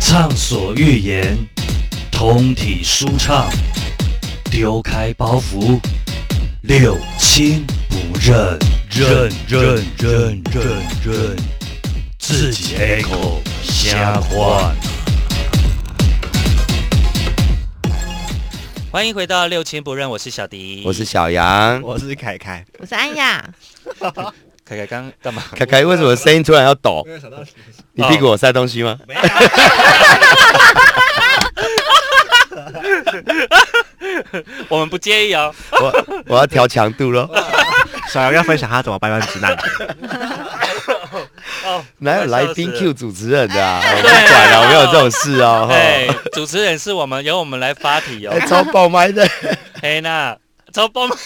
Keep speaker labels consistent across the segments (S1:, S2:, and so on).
S1: 畅所欲言，通体舒畅，丢开包袱，六亲不认，认认认认认，自己 A 口瞎换。
S2: 欢迎回到六亲不认，我是小迪，
S3: 我是小杨。
S4: 我是凯凯，
S5: 我是安雅，
S2: 凯凯刚干嘛？
S3: 凯凯为什么声音突然要抖？
S4: 没有想到
S3: 你屁股有塞东西吗？
S4: 没有，
S2: 我们不介意哦。
S3: 我我要调强度喽。
S4: 小杨要分享他怎么掰弯直男的，
S2: 哦，
S3: 哪有来宾
S2: 笑死
S3: Q 主持 人的啊？我不管了，我没有这种事哦。
S2: 哎
S3: 哈，
S2: 主持人是我们，由我们来发题哦
S3: 哎。超爆麦 的，
S2: 嘿，那超 爆满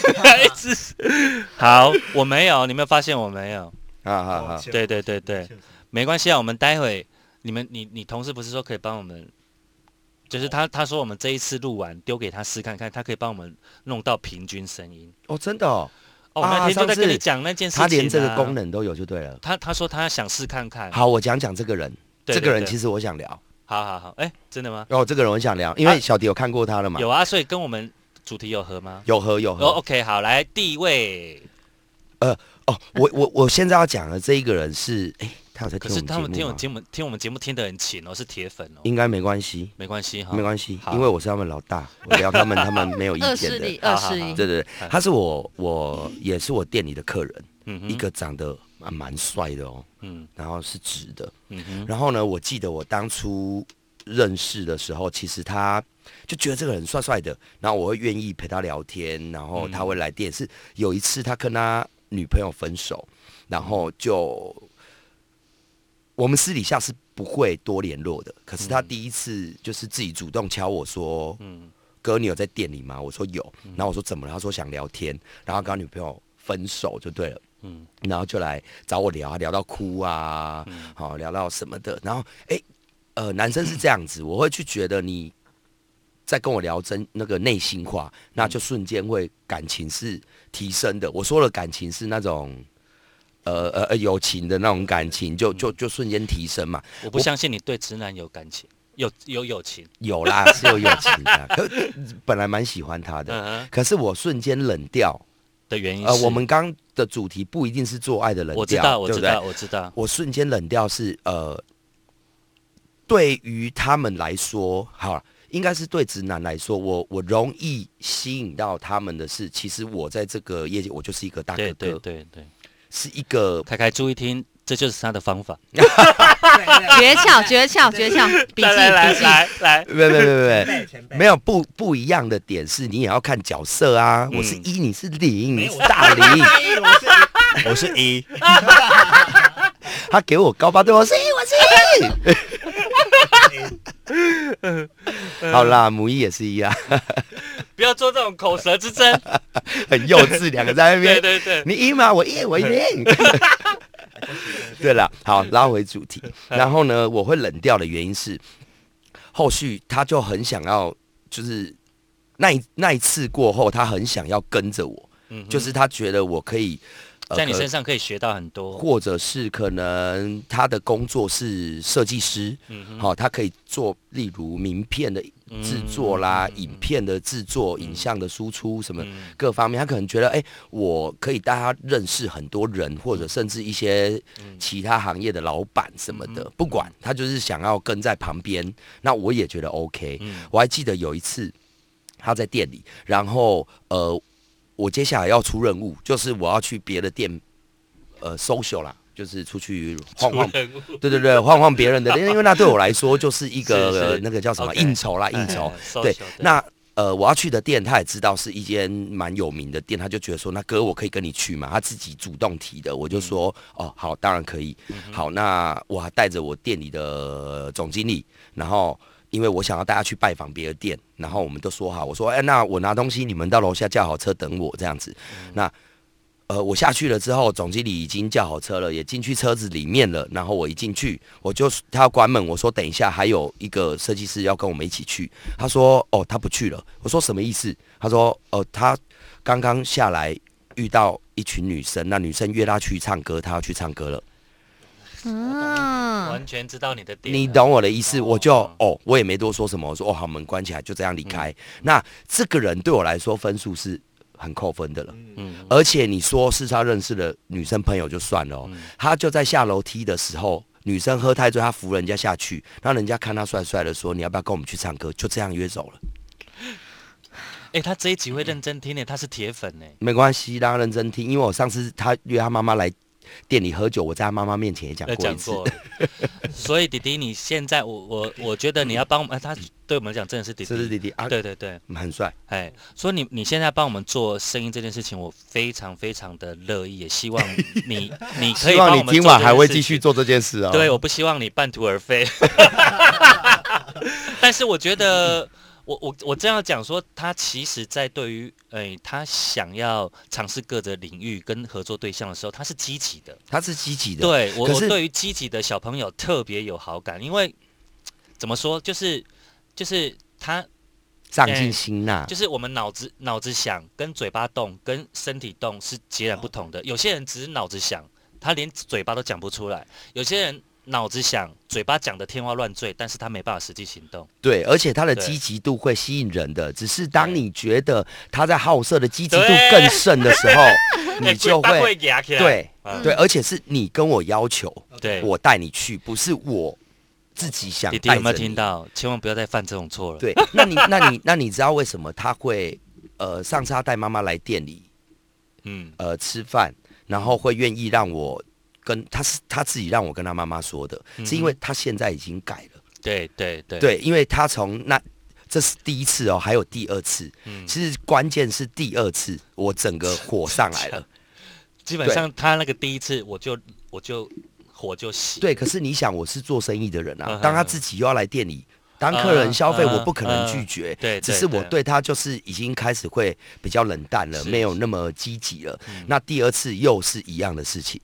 S2: 一直好，我没有，你没有发现我没有？
S3: 好
S4: 啊
S3: 好好，
S2: 对对对对，没关系啊，我们待会你们你你同事不是说可以帮我们，就是他他说我们这一次录完丢给他试看看，他可以帮我们弄到平均声音。
S3: 哦，真的哦，
S2: 哦，我
S3: 啊
S2: 那天就在
S3: 上次
S2: 跟你讲那件事情、
S3: 他
S2: 啊，
S3: 连这个功，能都有就对了。
S2: 他他说他想试看看。
S3: 好，我讲讲这个人，
S2: 对，
S3: 这个人
S2: 对对
S3: 其实我想聊。
S2: 好好好，哎，真的吗？
S3: 哦，这个人我想聊，因为小迪有看过他了
S2: 啊
S3: 嘛？
S2: 有啊，所以跟我们主题有合吗？
S3: 有和有
S2: 哦
S3: 和。
S2: ，OK，好，来第一位，
S3: 哦，我我我现在要讲的这一个人是，哎，他有在
S2: 可
S3: 听
S2: 是他
S3: 我
S2: 们
S3: 们节
S2: 听我们
S3: 目吗？
S2: 节目听我们节目听得很勤哦，是铁粉哦，
S3: 应该没关系，
S2: 没关系哈，
S3: 没关系
S2: 好，
S3: 因为我是他们老大，我聊他们，他们没有意
S5: 恶
S3: 见
S5: 势
S3: 的。
S5: 力，
S2: 好
S5: 恶
S2: 好
S5: 势
S2: 好
S5: 力，
S3: 对对对
S2: 哎，
S3: 他是我我也是我店里的客人，
S2: 嗯哼
S3: 一个长得蛮蛮帅的哦，
S2: 嗯
S3: 然后是直的。
S2: 嗯哼，
S3: 然后呢，我记得我当初认识的时候，其实他就觉得这个人帅帅的，然后我会愿意陪他聊天，然后他会来电。是有一次他跟他女朋友分手，然后就
S2: 嗯
S3: 我们私底下是不会多联络的，可是他第一次就是自己主动敲我说，
S2: 嗯
S3: 哥，你有在店里吗？我说有，然后我说怎么了？他说想聊天，然后跟他女朋友分手就对了。
S2: 嗯
S3: 然后就来找我聊，聊到哭啊，好、聊到什么的。然后，哎，呃，男生是这样子，我会去觉得你在跟我聊真那个内心话，那就瞬间会感情是提升的。我说了，感情是那种。呃呃呃，友情的那种感情，
S2: 嗯
S3: 就就就瞬间提升嘛。
S2: 我不相信你对直男有感情，有有友情，
S3: 有啦，是有友情 的。可本来蛮喜欢他的，
S2: 嗯哼，
S3: 可是我瞬间冷掉。
S2: 的原因
S3: 呃，
S2: 是
S3: 我们刚的主题不一定是做爱的冷掉，
S2: 我知道我
S3: 对
S2: 知
S3: 不对
S2: 道我知道，
S3: 我瞬间冷掉是呃，对于他们来说，好了，应该是对直男来说，我我容易吸引到他们的是，其实我在这个业界，我就是一个大哥
S2: 对
S3: 哥，
S2: 对对对，
S3: 是一个
S2: 凯凯注意听，这就是他的方法，
S5: 诀窍，诀窍，诀窍，笔记，
S2: 来来来
S5: 笔记，
S2: 来来，
S3: 没没没没没没有不不一样的点是，你也要看角色啊，
S2: 嗯
S3: 我是一，你是零，你
S4: 我
S3: 是大零，
S4: 我是一，
S3: 他给我高八对我是一，我 是一。好啦，母一也是一啊，
S2: 不要做这种口舌之 争，
S3: 很幼稚，两个在那边
S2: 对。对对，
S3: 你赢吗？我 赢，我赢。对了，好，拉回主 题。然后呢，我会冷掉的原因是，后续他就很想要，就是那一那一次过后，他很想要跟着我，
S2: 嗯哼
S3: 就是他觉得我可以、呃
S2: 在你
S3: 可
S2: 身上可以学到很多，
S3: 或者是可能他的工作是设计师，好、
S2: 嗯
S3: 他可以做例如名片的制作
S2: 嗯
S3: 啦、影片的制作、影像的输出什么各方面，他可能觉得，哎、我可以带他认识很多人，或者甚至一些
S2: 嗯
S3: 其他行业的老板什么的，不管他就是想要跟在旁边，那我也觉得 OK。我
S2: 嗯
S3: 还记得有一次他在店里，然后呃。我接下来要出任务，就是我要去别的店呃 social 啦，就是出去晃晃，对对对，晃晃别人的，因为因为那对我来说就是一
S2: 是 是
S3: 个那个叫什么
S2: OK
S3: 应酬啦，应酬
S2: 嗯。social，
S3: 对
S2: 对，
S3: 那呃我要去的店，他也知道是一间蛮有名的店，他就觉得说，那哥我可以跟你去嘛，他自己主动提的，
S2: 嗯
S3: 我就说哦好，当然可以。好，那我还带着我店里的总经理，然后。因为我想要带他去拜访别的店，然后我们都说好，我说，哎，那我拿东西，你们到楼下叫好车等我这样子。
S2: 嗯
S3: 那呃，我下去了之后，总经理已经叫好车了，也进去车子里面了。然后我一进去，我就他要关门，我说等一下还有一个设计师要跟我们一起去。他说哦，他不去了。我说什么意思？他说呃，他刚刚下来遇到一群女生，那女生约他去唱歌，他要去唱歌了。
S5: 嗯，嗯，
S2: 完全知道你的点了。
S3: 你懂我的意思，
S2: 哦
S3: 我就哦，我也没多说什么，我说哦好，门关起来，就这样离开。
S2: 嗯
S3: 那这个人对我来说分数是很扣分的了。
S2: 嗯，
S3: 而且你说是他认识的女生朋友就算了、哦，
S2: 嗯
S3: 他就在下楼梯的时候，女生喝太醉，他扶人家下去，让人家看他帅帅的说你要不要跟我们去唱歌，就这样约走了，
S2: 哎，他这一集会认真听的，欸他是铁粉呢。
S3: 没关系，让他认真听，因为我上次他约他妈妈来店里喝酒，我在他妈妈面前也讲
S2: 在
S3: 过一
S2: 讲
S3: 次，
S2: 过， 所以弟弟，你现在我我我觉得你要帮我们，他对我们来讲真的是弟弟，
S3: 这是弟弟啊，
S2: 对对对，
S3: 很帅，
S2: 哎，所以你你现在帮我们做声音这件事情，我非常非常的乐意，也希望你你可以
S3: 希
S2: 帮
S3: 望
S2: 我
S3: 你
S2: 们
S3: 今
S2: 做
S3: 晚
S2: 这
S3: 还
S2: 件
S3: 会
S2: 事情
S3: 继续做这件事啊、
S2: 对，我不希望你半途而 废。但是我觉得，我我我这样讲说，他其实在对于诶、他想要尝试各个领域跟合作对象的时候，他是积极的。
S3: 他是积极的，
S2: 对我，
S3: 可
S2: 我
S3: 是
S2: 对于积极的小朋友特别有好感，因为怎么说，就是就是他
S3: 上进心呐、
S2: 就是我们脑子脑子想跟嘴巴动跟身体动是截然不同的。有些人只是脑子想，他连嘴巴都讲不出来；有些人脑子想，嘴巴讲的天花乱坠，但是他没办法实际行 动。
S3: 对，而且他的
S2: 对
S3: 积极度会吸引人的。只是当你觉得他在好色的积极度
S2: 对哎
S3: 更盛的 时候，你就
S2: 会
S3: 会
S2: 压起来。
S3: 对
S2: 嗯
S3: 对，而且是你跟我要求，
S2: 对，
S3: 我带你去，不是我自己想
S2: 弟弟
S3: 带
S2: 有没
S3: 着
S2: 有听
S3: 你。
S2: 到？千万不要再犯这种错了。
S3: 对，那你那你那你知道为什么他会呃上次他带妈妈来店里
S2: 嗯
S3: 呃吃饭，然后会愿意让我跟他是他自己让我跟他妈妈说的，
S2: 嗯哼
S3: 是因为他现在已经改了。
S2: 对对对
S3: 对，因为他从那这是第一次哦，还有第二次。
S2: 嗯
S3: 其实关键是第二次，我整个火上 来了。
S2: 基本上他那个第一次，我就我就火就熄。
S3: 对，可是你想，我是做生意的人
S2: 嗯
S3: 啊
S2: 哼，
S3: 当他自己又要来店里，当客人消费，
S2: 嗯
S3: 我不可能
S2: 嗯
S3: 拒绝。
S2: 对
S3: 只是我
S2: 对
S3: 对他就是已经开始会比较冷淡了，
S2: 是
S3: 没有那么积极了。那第二次又是一样的事情。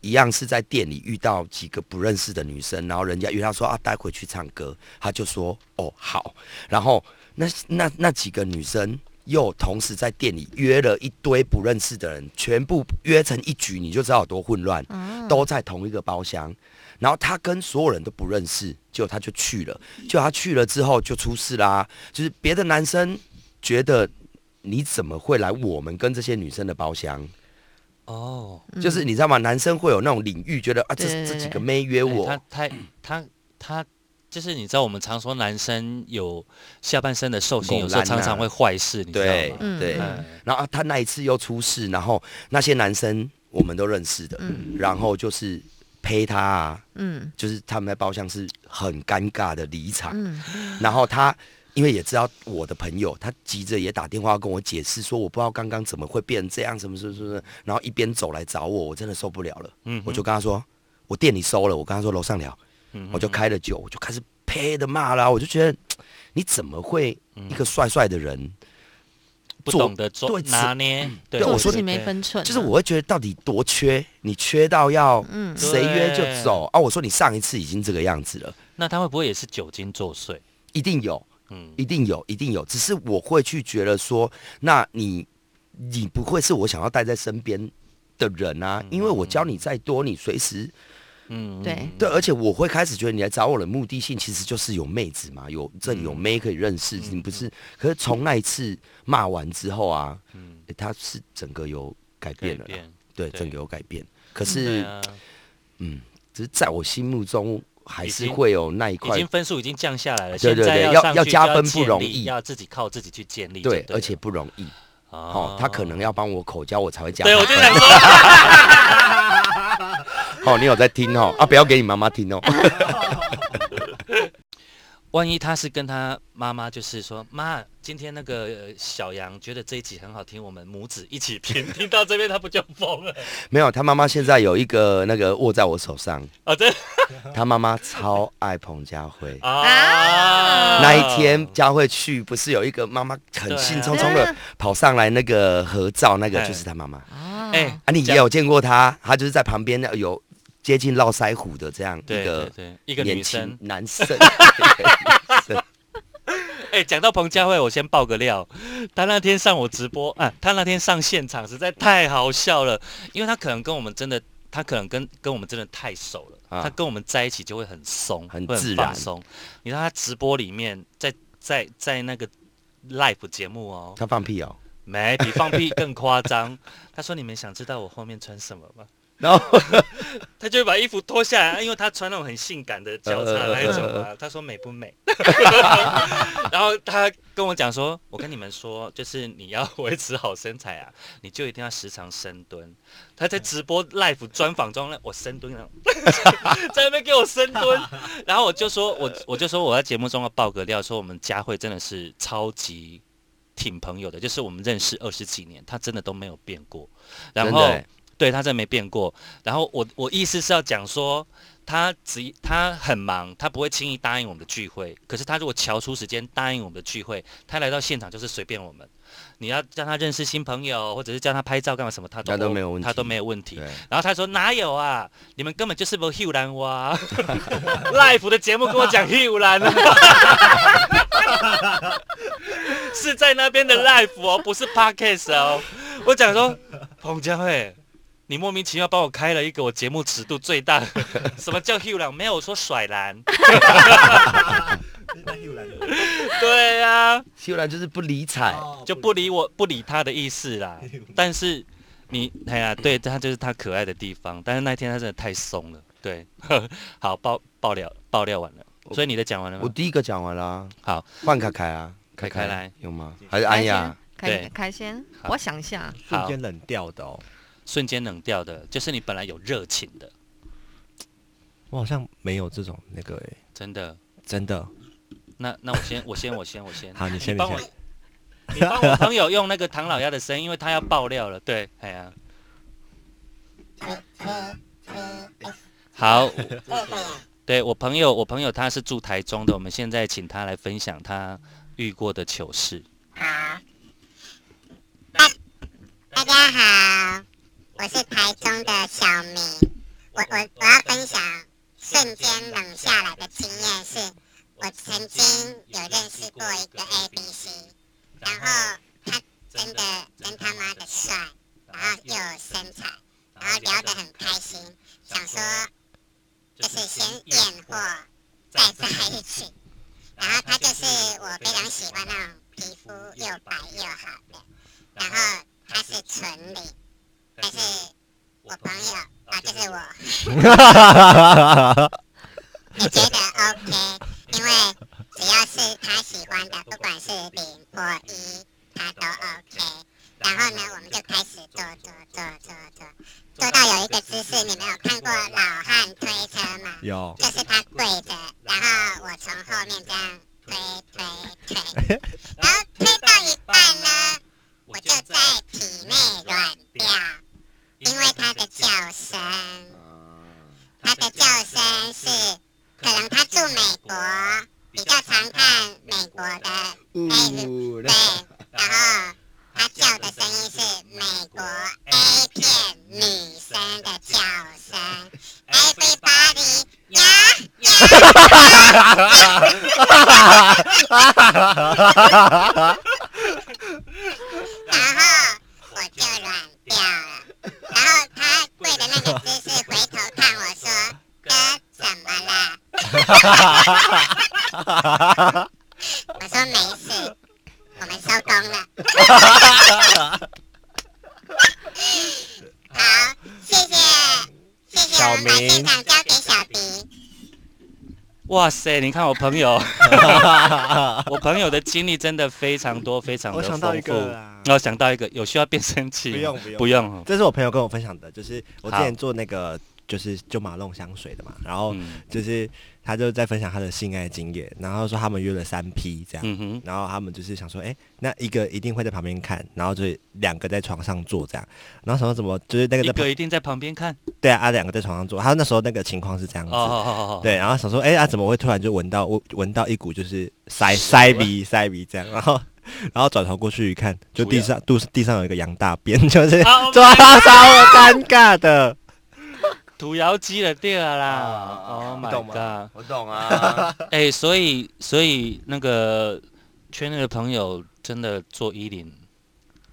S3: 一样是在店里遇到几个不认识的女生，然后人家约他说啊，待会去唱歌，他就说哦好，然后那那那几个女生又同时在店里约了一堆不认识的人，全部约成一局，你就知道有多混乱。都在同一个包厢，然后他跟所有人都不认识，结果他就去了，就他去了之后就出事啦、就是别的男生觉得你怎么会来我们跟这些女生的包厢？
S2: 哦，
S3: 就是你知道吗？男生会有那种领域，觉得啊，
S5: 嗯
S3: 这
S5: 对对对
S3: 这几个妹约
S2: 哎
S3: 我，
S2: 他他他他就是你知道，我们常说男生有下半身的兽性，
S3: 狗
S2: 有时候
S3: 懒啊
S2: 常常会坏事，你知道
S3: 对
S2: 吗？哎
S5: 嗯
S3: 对，
S5: 嗯
S3: 然后他那一次又出事，然后那些男生我们都认识的，
S5: 嗯
S3: 然后就是陪他啊，
S5: 嗯
S3: 就是他们在包厢是很尴尬的离场，
S5: 嗯，
S3: 然后他因为也知道我的朋友，他急着也打电话跟我解释说，我不知道刚刚怎么会变成这样，什么什么什么，然后一边走来找我，我真的受不了了，
S2: 嗯哼
S3: 我就跟他说，我店里收了，我跟他说楼上聊，
S2: 嗯
S3: 我就开了酒，我就开始呸的骂啦，我就觉得你怎么会一个帅帅的人，
S2: 不
S3: 做
S2: 懂得做
S3: 对
S2: 拿捏，对
S3: 对我
S5: 做
S3: 说
S5: 事
S2: 对
S5: 没分寸啊，
S3: 就是我会觉得到底多缺，你缺到要
S5: 嗯
S3: 谁约就走啊？我说你上一次已经这个样子了，
S2: 那他会不会也是酒精作祟？
S3: 一定有。
S2: 嗯，
S3: 一定有，一定有。只是我会去觉得说，那你你不会是我想要带在身边的人啊，因为我教你再多，你随时
S2: 嗯，
S5: 对
S3: 对，而且我会开始觉得你来找我的目的性其实就是有妹子嘛，有这里有
S2: 嗯
S3: 妹可以认识，你不是？可是从那一次骂完之后啊，
S2: 嗯，
S3: 诶他是整个有改
S2: 改
S3: 变了啦，
S2: 变
S3: 对，
S2: 对
S3: 整个有改变。可
S2: 对
S3: 是，
S2: 啊，
S3: 嗯，只是在我心目中还
S2: 已
S3: 是
S2: 经
S3: 会有那一
S2: 已
S3: 块
S2: 经分数已经降下来了，
S3: 对对
S2: 现在
S3: 对
S2: 要上
S3: 要
S2: 去
S3: 要
S2: 就
S3: 加分
S2: 建
S3: 不容
S2: 立
S3: 易
S2: 要自己靠自己去建立就
S3: 对
S2: 对，，
S3: 而且不容易。哦
S2: 哦，，
S3: 他可能要帮我口交，我才会加。
S2: 对我就想说，
S3: 哦，你有在听哦啊，不要给你妈妈听哦。
S2: 万一他是跟他妈妈，就是说，妈，今天那个呃小杨觉得这一集很好听，我们母子一起听，听到这边他不就疯了？
S3: 没有，他妈妈现在有一个那个握在我手 上，
S2: 啊，真
S3: 他妈妈超爱彭佳慧。
S2: 啊，
S3: 那一天佳慧去，不是有一个妈妈很兴冲冲
S5: 对
S3: 的
S5: 啊
S3: 跑上来那个合照，那个
S2: 哎
S3: 就是他妈妈。
S5: 啊，
S2: 哎
S3: 啊，你也有见过她，她就是在旁边呃有接近络腮胡的这样
S2: 对
S3: 一
S2: 对
S3: 个
S2: 对，一个女
S3: 年
S2: 生
S3: 轻，男生。
S2: 哎、讲到彭佳慧，我先爆个料，她那天上我直播啊，她那天上现场实在太好笑了，因为她可能跟我们真的他可能跟跟我们真的太熟了，
S3: 啊
S2: 他跟我们在一起就会很松，
S3: 很
S2: 会
S3: 自然
S2: 放松。你看他直播里面，在在在那个 live 节目哦，
S3: 他放屁哦，
S2: 没比放屁更夸张。他说：“你们想知道我后面穿什么吗？”
S3: 然后
S2: 他就会把衣服脱下来，因为他穿那种很性感的交叉那一种
S3: 呃呃
S2: 啊。他说美不 美？然后他跟我讲说：“我跟你们说，就是你要 维持好身材啊，你就一定要时常深蹲。”他
S3: 嗯
S2: 在直播 live 专访中呢，我深蹲了， 在那边给我深 蹲。然后我就说，我我就说我在节目中要爆个料，说我们佳慧真的是超级挺朋友的，就是我们认识二十几年，她真的都没有变过。然后
S3: 真的欸
S2: 对她真的没变过。然后我我意思是要讲说，她只她很忙，她不会轻易答应我们的聚会。可是她如果瞧出时间答应我们的聚会，她来到现场就是随便我们。你要让她认识新朋友，或者是叫她拍照干嘛什么，她都
S3: 那都
S2: 不
S3: 没有问
S2: 她都
S3: 题
S2: 没有问题
S3: 对。
S2: 然后他说哪有啊，你们根本就是不 Hugh 兰哇，Life 的节目跟我讲 Hugh 兰啊，是在那边的 Life 哦，不是 Podcast 哦。我讲说彭佳慧，你莫名其妙帮我开了一个我节目尺度最大的，什么叫 Hugh 兰？没有我说甩篮， 对呀、啊。
S3: 秀兰就是不理睬，
S4: 哦
S2: 就不理我不理他的意思 啦。但是你哎呀，对他就是他可爱的地方，但是那天他真的太松了。对， 好爆爆料爆料完了，所以你的讲完了
S3: 我
S2: 吗？
S3: 第一个讲完啦，
S2: 嗯好，
S3: 换凯凯啊，
S2: 凯
S3: 凯
S2: 凯
S3: 凯
S2: 来嗯
S3: 有吗？还是安雅？
S5: 开
S2: 对
S5: 开先，
S2: 好
S5: 我想一下，
S4: 瞬间冷掉的哦，
S2: 瞬间冷掉的，就是你本来有热情的，
S4: 我好像没有这种那个哎，
S2: 真的。
S4: 真的。
S2: 那那我先我先我先我先，
S4: 好，你先，
S2: 你
S4: 你
S2: 帮我
S4: 先。
S2: 你帮我朋友用那个唐老鸭的声音，因为他要爆料了。对，哎呀、好，对我朋友，我朋友他是住台中的，我们现在请他来分享他遇过的糗事。
S6: 好，大家好，我是台中的小明。我我我要分享瞬间冷下来的经验是，我曾经有认识过一个 A B C，然后他真的真他妈的帅，然后又有身材，然后聊得很开心，想说就是先验货再在一起。然啊后他就是我非常喜欢那种皮肤又白又好的，然后他是纯脸，但是我朋友啊，就是我， 也觉得 OK，因为只要是他喜欢的，不管是零或一，他都 OK。然后呢，我们就开始做做做做做，做到有一个姿势，你们有看过老汉推车吗？
S4: 有
S6: 就是他跪着，然后我从后面这样推推推，然后推到一半呢，我就在体内软掉，因为他的叫声，他的叫声是可能他住美国，比较常看美国的
S3: 呜
S6: 对，
S4: 嗯
S6: 然后他叫的声音是美国 A 片女生的叫声，Everybody 呀呀。然后我就软掉了。然后他跪的那个姿势回头看我说：“哥，怎么了？”我说没事，我们收工了。好，谢谢，谢谢，我们把现场交给小迪。
S2: 哇塞，你看我朋友， 我朋友的经历真的非常多，非常的
S4: 我
S2: 丰
S4: 想
S2: 富。
S4: 到一个
S3: 啊
S4: 啦
S2: 我想到一个，有需要变声器吗？
S4: 不用不用
S2: 不用哦。
S4: 这是我朋友跟我分享的，就是我之
S2: 好
S4: 前做那个就是就马弄香水的嘛，然后
S2: 嗯
S4: 就是他就在分享他的性爱经验，然后说他们约了三批这样，
S2: 嗯哼，
S4: 然后他们就是想说，哎、那一个一定会在旁边看，然后就是两个在床上坐这样，然后想说怎么就是那个
S2: 一
S4: 在旁
S2: 个一定在旁边看。
S4: 对啊，啊两个在床上坐，他那时候那个情况是这样子，
S2: 哦哦哦哦，
S4: 嗯对，然后想说，哎、啊怎么会突然就闻到闻闻到一股就是塞塞鼻塞鼻这样，然后然后转头过去一看，就地上肚地上有一个羊大便， 就是
S2: 好
S4: 抓超尴尬的，
S2: 土窑鸡的对了
S4: 啊
S2: 啦。oh
S3: 你
S2: my
S3: 懂
S2: god！
S3: 吗？我懂啊，
S2: 哎、所以所以那个圈内的朋友真的做衣领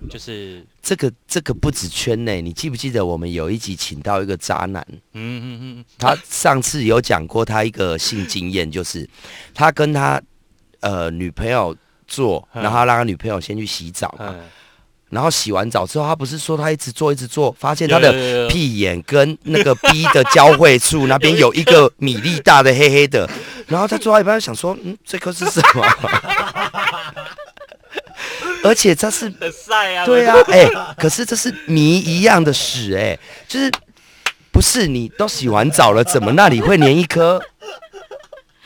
S2: 就是
S3: 这个这个不止圈内，你记不记得我们有一集请到一个渣男？
S2: 嗯嗯嗯嗯，
S3: 他上次有讲过他一个性经验，就是他跟他呃女朋友做，
S2: 嗯
S3: 然后他让他女朋友先去洗澡
S4: 啊
S3: 嘛，
S2: 嗯
S3: 然后洗完澡之后，他不是说他一直做一直做，发现他的
S2: 有有有有
S3: 屁眼跟那个 B 的交汇处那边有一个米粒大的黑黑的，然后他做到一半想说，嗯，这颗是什么？ 而且这是
S2: 很晒啊，
S3: 对啊，哎、可是这是泥一样的屎、哎，就是不是你都洗完澡了，怎么那里会粘一颗？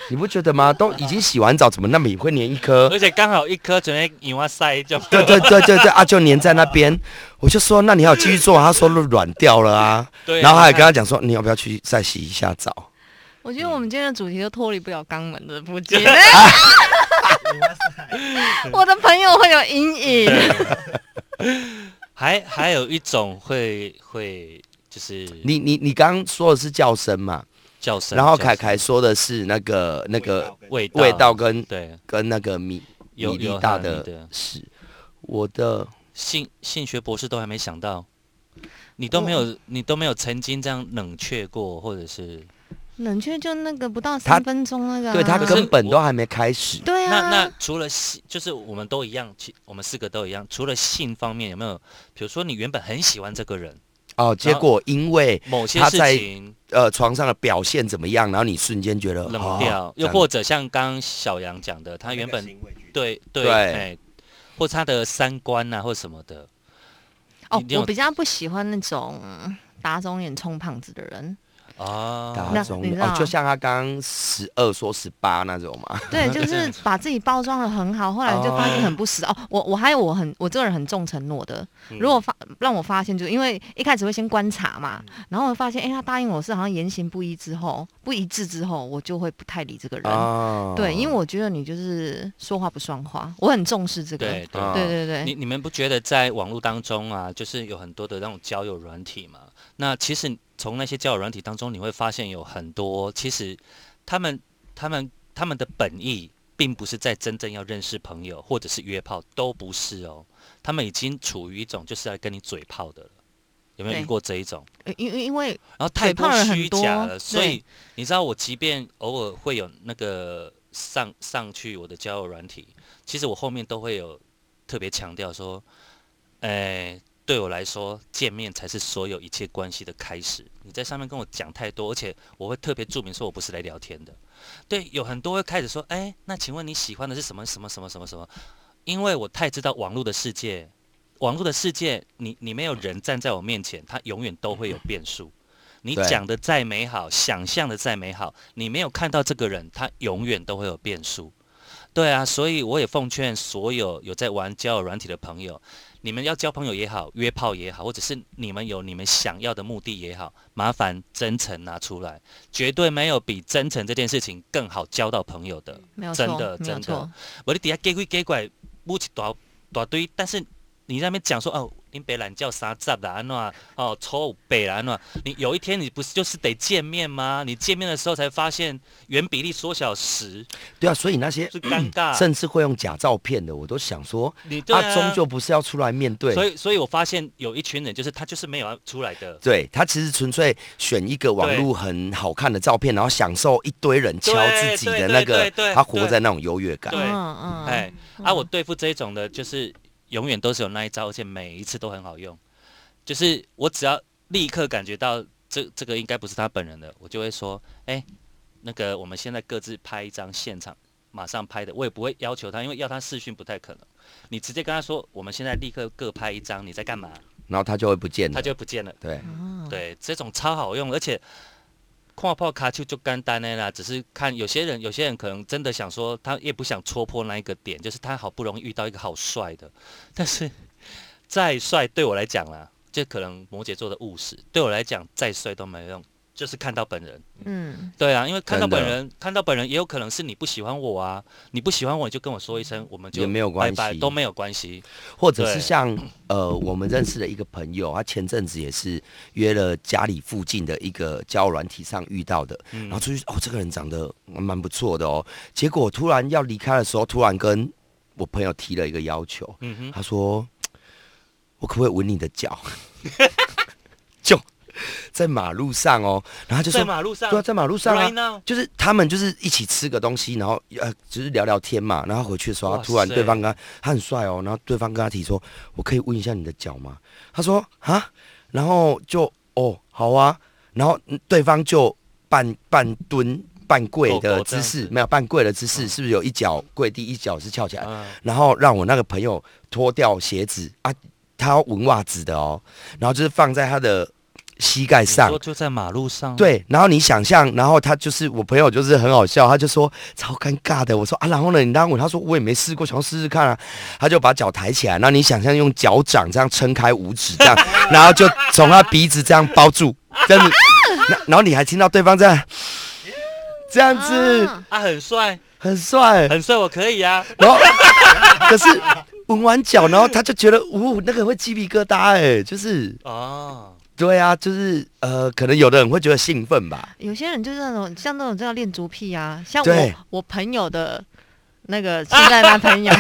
S3: 你不觉得吗？都已经洗完澡，怎么那里会粘一颗？
S2: 而且刚好一颗准备引哇塞就
S3: 对对对对对啊，就粘在那边。我就说，那你还要继续做？他说软掉了啊。
S2: 对啊
S3: 然后他还跟他讲说，你要不要去再洗一下澡？
S5: 我觉得我们今天的主题都脱离不了肛门的不解，
S2: 嗯
S5: 我的朋友会有阴影。
S2: 还还有一种会会就是
S3: 你你你刚刚说的是叫声嘛？
S2: 叫声，
S3: 然后
S2: 叫
S3: 凯
S2: 声
S3: 凯说的是那个那个
S2: 味
S3: 味道跟
S2: 对
S3: 跟那个米
S2: 有
S3: 米粒
S2: 有
S3: 大
S2: 还有米
S3: 的
S2: 的
S3: 屎。我的
S2: 性性学博士都还没想到，你都没有你都没有曾经这样冷却过，或者是
S5: 冷却就那个不到
S3: 他
S5: 三分钟那个啊、
S3: 对他
S2: 可是
S3: 根本都还没开
S2: 嗯
S3: 始。
S5: 对啊，
S2: 那那除了性，就是我们都一样，其我们四个都一样，除了性方面有没有？比如说你原本很喜欢这个人，
S3: 哦，结果因为
S2: 某些
S3: 他
S2: 事
S3: 在
S2: 情
S3: 呃床上的表现怎么样，然后你瞬间觉得
S2: 冷掉，
S3: 哦
S2: 又
S3: 这样
S2: 或者像刚刚小杨讲的，他原本对对
S3: 对
S2: 哎，或者他的三观啊，或什么的，
S5: 哦
S2: 一定，要
S5: 我比较不喜欢那种打肿脸充胖子的 人。
S2: 啊，
S3: 打肿
S5: 那你
S3: 脸
S5: 知
S3: 哦
S5: 道，
S3: 就像他刚刚十二说十八那种嘛，
S5: 对，就是把自己包装的很好，后来就发现很不实哦。我我还有我很我这个人很重承诺的，
S2: 嗯
S5: 如果发让我发现，就是因为一开始会先观察嘛，
S2: 嗯
S5: 然后我发现，哎、他答应我是好像言行不一之后不一致之后，我就会不太理这个人。
S2: 啊
S3: 哦，
S5: 对，因为我觉得你就是说话不算话，我很重视这个。
S2: 对对
S3: 啊
S5: 对对对
S2: 你你们不觉得在网络当中啊，就是有很多的那种交友软体嘛？那其实从那些交友软体当中，你会发现有很多，其实他们他们他们的本意，并不是在真正要认识朋友，或者是约炮，都不是哦。他们已经处于一种就是来跟你嘴炮的了，有没有遇
S5: 对
S2: 过这一种？
S5: 呃因为因为
S2: 然后太
S5: 嘴炮
S2: 多
S5: 人很
S2: 虚假
S5: 多
S2: 了，所以
S5: 对
S2: 你知道，我即便偶尔会有那个上上去我的交友软体，其实我后面都会有特别强调说，哎，对我来说，见面才是所有一切关系的开始。你在上面跟我讲太多，而且我会特别注明说我不是来聊天的。对，有很多会开始说，哎，那请问你喜欢的是什么什么什么什么什么？因为我太知道网络的世界，网络的世界，你你没有人站在我面前，它永远都会有变数。你
S3: 对
S2: 讲的再美好，想象的再美好，你没有看到这个人，他永远都会有变数。对啊，所以我也奉劝所有有在玩交友软体的朋友，你们要交朋友也好，约炮也好，或者是你们有你们想要的目的也好，麻烦真诚拿出来，绝对没有比真诚这件事情更好交到朋友
S3: 嗯
S2: 的。
S5: 没有
S2: 真
S5: 错，
S2: 的
S5: 没
S2: 真
S5: 有
S2: 的
S5: 错。
S2: 我你底下给鬼给拐，摸起大大堆，但是你在那边讲说哦，你北懒叫啥杂啦安诺哦，臭北啦安诺，你有一天你不是就是得见面吗？你见面的时候才发现原比例缩小十，
S3: 对啊，所以那些
S2: 是尴尬
S3: 甚至会用假照片的，我都想说，
S2: 你对
S3: 他
S2: 啊，
S3: 终究不是要出来面对，
S2: 所以所以我发现有一群人就是他就是没有要出来的，
S3: 对他其实纯粹选一个网络很好看的照片，然后享受一堆人敲自己的那
S2: 对
S3: 个
S2: 对对对，
S3: 他活在那种优越感
S2: 对。
S5: 嗯嗯，
S2: 哎，啊，我对付这一种的，就是永远都是有那一招，而且每一次都很好用。就是我只要立刻感觉到这这个应该不是他本人的，我就会说，哎、那个我们现在各自拍一张现场马上拍的，我也不会要求他，因为要他视讯不太可能。你直接跟他说，我们现在立刻各拍一张，你在干嘛？
S3: 然后他就会不见
S2: 他
S3: 了。
S2: 就不见了。
S3: 对，
S5: 嗯，
S2: 对，这种超好用，而且看破卡丘就干单的啦，只是看有些人，有些人可能真的想说，他也不想戳破那一个点，就是他好不容易遇到一个好帅的，但是再帅对我来讲啦，这可能摩羯座的务实，对我来讲再帅都没用，就是看到本人。
S5: 嗯，
S2: 对啊，因为看到
S3: 真的
S2: 本人，看到本人也有可能是你不喜欢我啊，你不喜欢我你就跟我说一声，我们就
S3: 也没有
S2: 拜
S3: 关
S2: 拜
S3: 系
S2: 都没有关系。
S3: 或者
S2: 对
S3: 是像呃，我们认识的一个朋友，他前阵子也是约了家里附近的一个交友软体上遇到的，
S2: 嗯
S3: 然后出去哦，这个人长得蛮不错的哦，结果突然要离开的时候，突然跟我朋友提了一个要求，
S2: 嗯哼，
S3: 他说。我可不可以闻你的脚？ 就在马路上哦，然后他就说
S2: 在马路上，
S3: 对啊，在马路上啊
S2: right now，
S3: 就是他们就是一起吃个东西，然后呃，只是聊聊天嘛。然后回去的时候，
S2: 哇
S3: 他突然
S2: 塞
S3: 对方跟他他很帅哦，然后对方跟他提说：“我可以问一下你的脚吗？”他说：“啊。”然后就哦，好啊。然后嗯对方就半半蹲半跪
S2: 狗
S3: 的
S2: 狗这
S3: 姿
S2: 样
S3: 势
S2: 子，
S3: 没有半跪的姿势，是不是有一脚跪地，一脚是翘起来？
S2: 嗯
S3: 然后让我那个朋友脱掉鞋子啊，他要闻袜子的哦，然后就是放在他的膝盖
S2: 你
S3: 上
S2: 说。就在马路上，，
S3: 对，然后你想象，然后他就是我朋友，就是很好笑，他就说超尴尬的。我说啊，然后呢，你让我，他说我也没试过，想要试试看啊。他就把脚抬起来，然后你想象用脚掌这样撑开五指这样，然后就从他鼻子这样包住，这样子，然然后你还听到对方在这样子，
S5: 啊
S2: 啊，很 帅，
S3: 很帅，
S2: 很帅，我可以啊，
S3: 然后可是闻完脚，然后他就觉得，呜、那个会鸡皮疙瘩哎、就是
S2: 哦，
S3: 对啊，就是呃，可能有的人会觉得兴奋 吧，
S5: 有些人就是那种像那种叫恋足癖啊，像
S3: 对
S5: 我我朋友的那个现在男朋 友，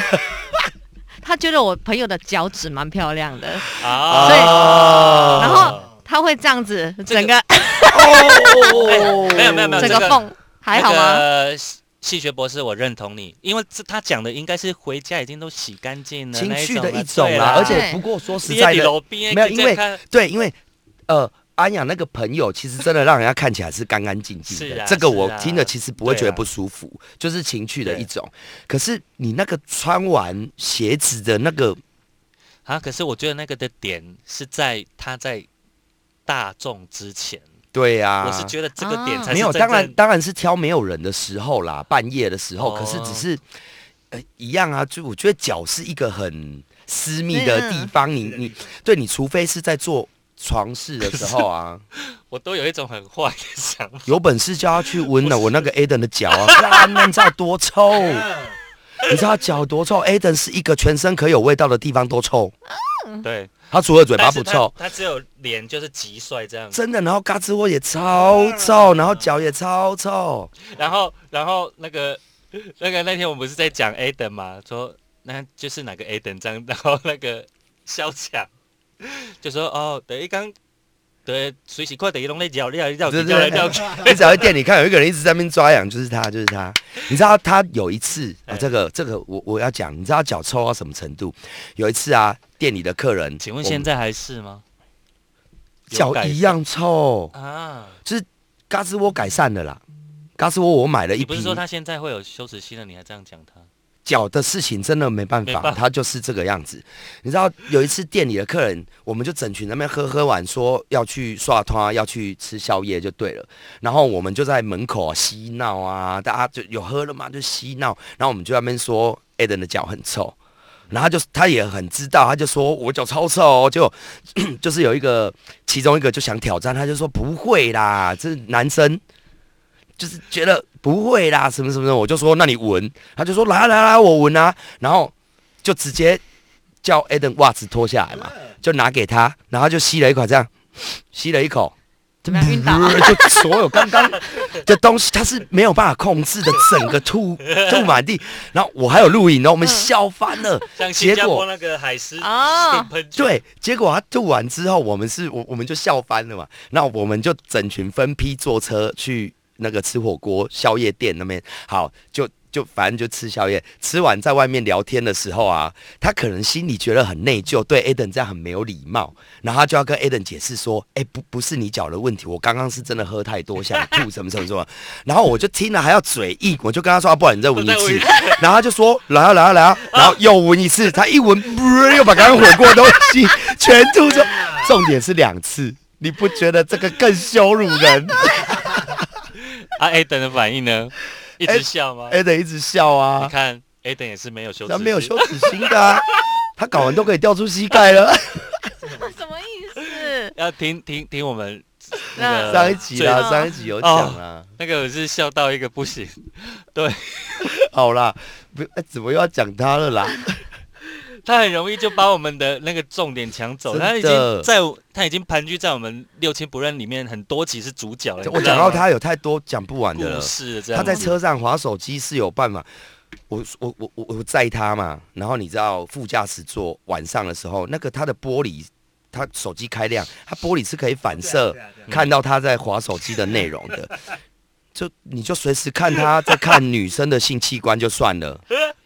S5: 他觉得我朋友的脚趾蛮漂亮的，
S2: 啊，
S5: 所以
S3: 啊
S5: 然后他会这样子，整个
S3: 哦
S2: 哎没有没有没有
S5: 整
S2: 这个
S5: 缝还好
S2: 那
S5: 吗？
S2: 个戏戏学博士，我认同你，因为这他讲的应该是回家已经都洗干净了，
S3: 情
S2: 那
S3: 绪
S2: 种
S3: 的
S2: 了
S3: 一种
S2: 对
S3: 啦
S2: 啦，，
S3: 而且不过说实在的，没
S2: 没
S3: 有因为对，因为呃，安雅那个朋友其实真的让人家看起来是干干净净的，
S2: 是啊
S3: 这个我
S2: 是啊
S3: 听了其实不会觉得
S2: 对啊
S3: 不舒服，就是情趣的一种。可是你那个穿完鞋子的那个，
S2: 啊，可是我觉得那个的点是在他在大众之前，
S3: 对呀、
S2: 我是觉得这个点
S5: 啊
S2: 才是
S3: 没有，
S2: 真
S3: 当然
S2: 正
S3: 当然是挑没有人的时候啦，半夜的时候。
S2: 哦
S3: 可是只是，呃，一样啊，就我觉得脚是一个很私密
S2: 嗯
S3: 的地方，你你对你除非是在做床事的时候啊，
S2: 我都有一种很坏的想 法。
S3: 有本事就要去闻了啊我那个 Aden 的 脚啊，看那你知道多臭。
S2: 嗯
S3: 你知道脚多臭？Aden 是一个全身可有味道的地方，多臭。
S2: 对，
S3: 他除了嘴巴
S2: 但是
S3: 不
S2: 他嗯
S3: 臭，
S2: 他只有脸就是极帅这样子。
S3: 真的。然后嘎吱窝也超
S2: 嗯
S3: 臭，然后脚也超臭。
S2: 然后，然后那个那个那天我们不是在讲 Aden 嘛，说那就是哪个 Aden 这样，然后那个肖强就说哦，等一刚。对，随时快等一弄那脚，绕来绕去，
S3: 对对
S2: 绕来绕去。
S3: 你只要店里看有一个人一直在那边抓痒，就是他，就是他。你知道他有一次，啊、
S2: 哎
S3: 这个这个我我要讲，你知道脚臭到什么程度？有一次啊，店里的客人，
S2: 请问
S3: 我们
S2: 现在还是吗？有
S3: 脚
S2: 改
S3: 一样臭，
S2: 啊？
S3: 嘎吱窝改善了啦。嘎吱窝我买了一
S2: 你不是
S3: 瓶
S2: 说，他现在会有羞耻心了？你还这样讲他？
S3: 脚的事情真的没办
S2: 没
S3: 法，
S2: 办法
S3: 他就是这个样子。你知道有一次店里的客人，我们就整群在那边喝喝完，说要去刷汤，要去吃宵夜就对了。然后我们就在门口啊嬉闹啊，大家就有喝了嘛，就嬉闹。然后我们就在那边说 Eden 的脚很臭，然后他就他也很知道，他就说我脚超臭、哦，就 就是有一个其中一个就想挑战，他就说不会啦，这男生。就是觉得不会啦，什么什么什么，我就说那你闻，他就说来啊来啊来啊，我闻啊，然后就直接叫 Eden 袜子脱下来嘛，就拿给他，然后他就吸了一口这样，吸了一口，
S5: 怎么样晕倒？
S3: 就所有刚刚的东西，他是没有办法控制的，整个吐吐满地。然后我还有录影呢，我们笑翻了。
S2: 像
S3: 结
S2: 新加
S3: 果
S2: 坡那个海狮
S5: 哦
S2: 喷泉，
S3: 对，结果他吐完之后，我们是我我们就笑翻了嘛。那我们就整群分批坐车去那个吃火锅宵夜店那边，好就。就反正就吃宵夜，吃完在外面聊天的时候啊，他可能心里觉得很内疚，对 Aden 这样很没有礼貌，然后他就要跟 Aden 解释说，哎、不不是你脚的问题，我刚刚是真的喝太多，想 吐什么什么什么，然后我就听了还要嘴硬，我就跟他说，啊、不然你再闻 一
S2: 我再闻
S3: 次
S2: 一，
S3: 然后他就说来啊来啊 来啊，然后又闻一次，他一闻， 噗又把刚刚火锅的东西 全吐出，重点是两次，你不觉得这个更羞辱人？
S2: 啊，A 等的反应呢？一直笑吗？
S3: 哎，得一直笑
S2: 你
S3: 啊，
S2: 看 A 等也是没有羞耻
S3: 他
S2: 心，
S3: 没有羞耻心的啊，他搞完都可以掉出膝盖 了。
S5: 什么意思？
S2: 要听听听我们
S5: 那
S2: 那
S3: 上一
S2: 个
S3: 集啦，
S5: 最
S3: 上一集有讲啊啦。
S2: 那个我是笑到一个不行。
S3: 好啦，不，哎怎么又要讲他了啦？
S2: 他很容易就把我们的那个重点抢走，
S3: 真的
S2: 他已经在我他已经盘踞在我们六亲不认里面很多集是主角了。
S3: 我
S2: 你知道
S3: 讲
S2: 吗
S3: 到他有太多讲不完的
S2: 故
S3: 了。
S2: 事了这样啊
S3: 他
S2: 子，
S3: 在车上划手机是有办法。我我我我我载他嘛，然后你知道副驾驶座晚上的时候，那个他的玻璃，他手机开亮，他玻璃是可以反射
S2: 啊
S3: 看到他在划手机的内容的，就你就随时看他在看女生的性器官就算了，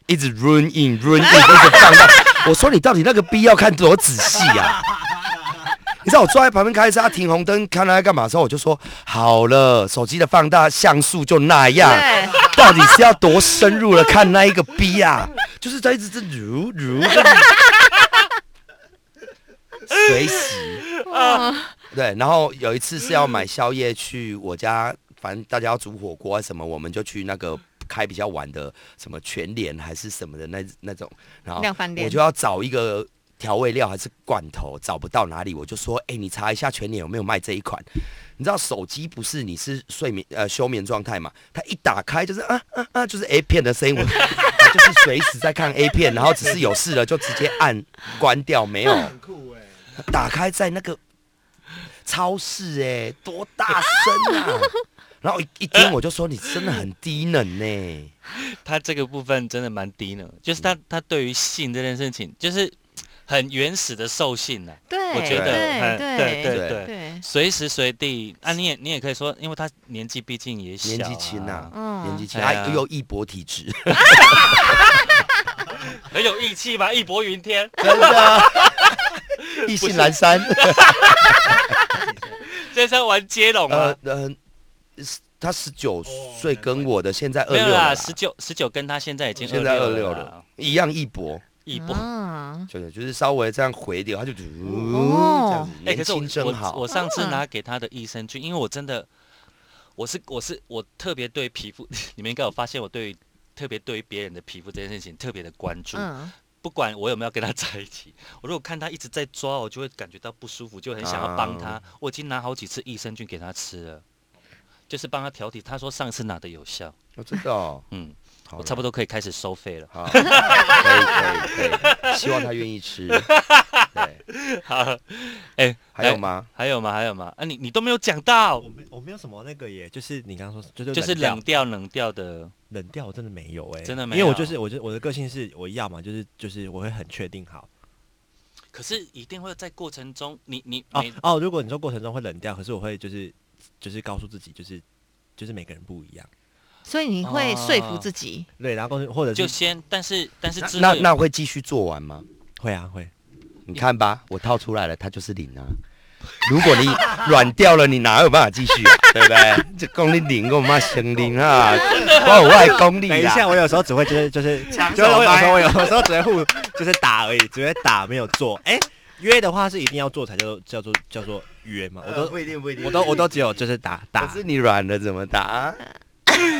S3: 一直 run in run in 一直放大，我说你到底那个逼要看多仔细啊？你知道我坐在旁边开车，他啊停红灯，看他在干嘛的时候，我就说好了，手机的放大像素就那样，到底是要多深入了看那一个逼啊？就是在一直这如如， 随时
S2: 啊
S3: 对。然后有一次是要买宵夜去我家，反正大家要煮火锅啊什么，我们就去那个开比较晚的什么全联还是什么的那那种，然后
S5: 量贩店
S3: 我就要找一个调味料还是罐头，找不到哪里，我就说，哎、你查一下全联有没有卖这一款。你知道手机不是你是睡眠呃休眠状态嘛？它一打开就是啊啊啊，就是 A 片的声音，我我就是随时在看 A 片，然后只是有事了就直接按关掉，没有。打开在那个超市哎、多大声啊！然后一一听我就说你真的很低能欸呢、
S2: 他这个部分真的蛮低能的，就是他
S3: 嗯
S2: 他对于性这件事情，就是很原始的兽性啊，
S5: 对，
S2: 我觉得
S5: 对
S2: 很对
S5: 对
S2: 对
S3: 对
S5: 对，
S2: 随时随地啊，你也你也可以说，因为他年纪毕竟也小、
S3: 年纪轻
S2: 啊
S3: 呐，，
S5: 嗯
S3: 年纪轻，
S2: 哎呀
S3: 他又一博体质，
S2: 很有义气吧，义薄云天。
S3: 真的意兴阑珊。
S2: 这是在玩接龙吗？
S3: 呃呃，是他十九岁跟我的现在二
S2: 没有
S3: 六
S2: 啦，
S3: 了啦，
S2: 十九十九跟他现在已经
S3: 现在二
S2: 六
S3: 六了，，一样一博，
S2: 义薄。
S5: 啊
S3: 就是就是稍微这样回流，他就
S5: 哦
S3: 哦，这样子，
S2: 哎、可
S3: 年轻
S2: 是我
S3: 真
S2: 我
S3: 好
S2: 我，上次拿给他的益生菌，因为我真的，我是我是我特别对皮肤， 你们应该有发现我对于特别对于别人的皮肤这件事情特别的关注，
S5: 嗯，
S2: 不管我有没有跟他在一起， 我如果看他一直在抓，我就会感觉到不舒服，就很想要帮他。
S3: 啊
S2: 我已经拿好几次益生菌给他吃了，就是帮他调体。他说上次拿的有效，
S3: 我知道，
S2: 嗯，
S3: 哦好
S2: 我差不
S3: 多
S2: 多可以开始收费了。
S3: 好，可以可以可以，希望他愿 意吃。对，
S2: 好，
S3: 还有吗？
S2: 还有吗？还有吗？啊，你你都没有讲到
S4: 我，没我没有什么那个耶，就是你刚刚说，就是
S2: 就是
S4: 两
S2: 冷掉冷掉的，
S4: 冷掉，我真的没有哎、
S2: 真的没
S4: 因为我
S2: 有
S4: 就是我就我的个性是我要嘛，就是就是我会很确定好。
S2: 可是一定会在过程中，你你
S4: 哦
S2: 每
S4: 哦，如果你说过程中会冷掉，可是我会就是就是告诉自己，就是就是每个人不一样。
S5: 所以你会
S2: 啊
S5: 说服自 己，
S4: 对，然后告诉或者
S2: 就是先，但是但是
S3: 那
S2: 哎之
S3: 那
S2: 后有
S3: 那会继续做完吗？
S4: 会啊会，
S3: 你看吧，我套出来了，它就是零啊。如果你软掉了，你哪有办法继续、啊？对不对？这功力零，我妈生零啊，我有外功力
S4: 等一
S3: 啦。
S4: 下，我有时候只会就是 就是，
S1: 抢
S4: 就是
S1: 手啊
S4: 我有时
S1: 拍
S4: 候我有时候只会互就是打而已，只会打没有做。哎、约的话是一定要做才叫做叫做叫做约嘛，我都、
S1: 一定不一
S4: 我都 我都只有就是打打
S3: 可是你软了怎么打、啊？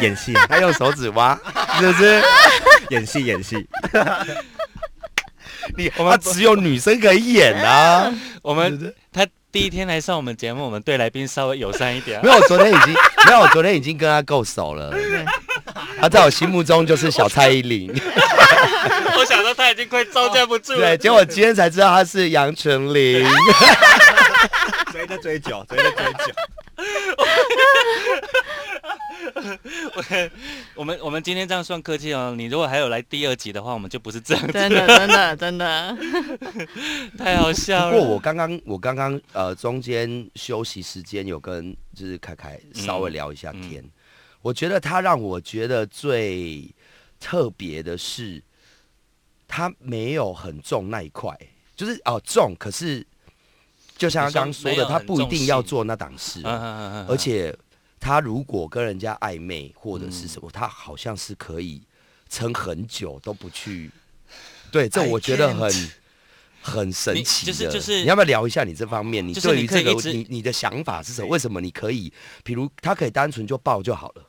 S4: 演 戏
S3: 他用手指挖，是不是？
S4: 演戏演戏，
S3: 你他只有女生可以演啊。
S2: 我们他第一天来上我们节目，我们对来宾稍微友善一点
S3: 没。有，我昨天已经没有，我昨天已经跟他够熟了。他在我心目中就是小蔡依林，
S2: 我想到他已经快招架不住
S3: 对，结果今天才知道他是杨丞琳。
S4: 追着追酒，追着追酒。
S2: 我们我们今天这样算客气哦。你如果还有来第二集的话，我们就不是这样子，
S5: 真的真的真的，
S2: 太好笑
S3: 不
S2: 了。
S3: 过我刚刚我刚刚呃中间休息时间有跟就是凯凯稍微聊一下天，我觉得他让我觉得最特别的是，他没有很重那一块，就是哦、重，可是就像他刚刚说
S2: 你说没有
S3: 的，他
S2: 很
S3: 不一定要做那档事，
S2: 嗯嗯嗯嗯
S3: 而且他如果跟人家暧昧或者是什
S2: 嗯
S3: 么，他好像是可以撑很久都不去。对，这
S2: I
S3: 我觉得
S2: can't
S3: 很很神奇的。
S2: 你就是就是
S3: 你要不要聊一下你这方面？你
S2: 就是
S3: 对
S2: 你
S3: 于
S2: 可
S3: 这
S2: 以
S3: 个
S2: 一直
S3: 你你的想法是什么？为什么你可以？比如他可以单纯就抱就好了。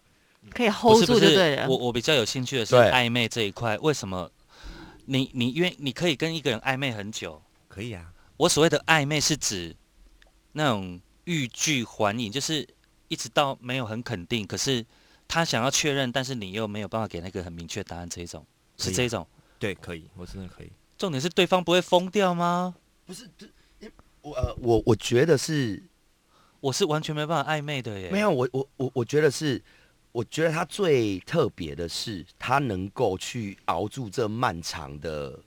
S5: 可以
S2: 不
S5: hold
S2: 是
S5: 住
S2: 不
S5: 就是对了
S2: 我。我比较有兴趣的是
S3: 对
S2: 暧昧这一块，为什么你你愿你可以跟一个人暧昧很久？
S4: 可以啊，
S2: 我所谓的暧昧是指那种欲拒还迎，就是一直到没有很肯定，可是他想要确认，但是你又没有办法给那个很明确答案，这一种是
S4: 可以啊
S2: 这一种。
S4: 对，可以，我真的可以。
S2: 重点是对方不会疯掉吗？
S3: 我呃，我我觉得是
S2: 我是完全没办法暧昧的耶。
S3: 没有，我我我我觉得是我觉得他最特别的是，他能够去熬住这漫长的，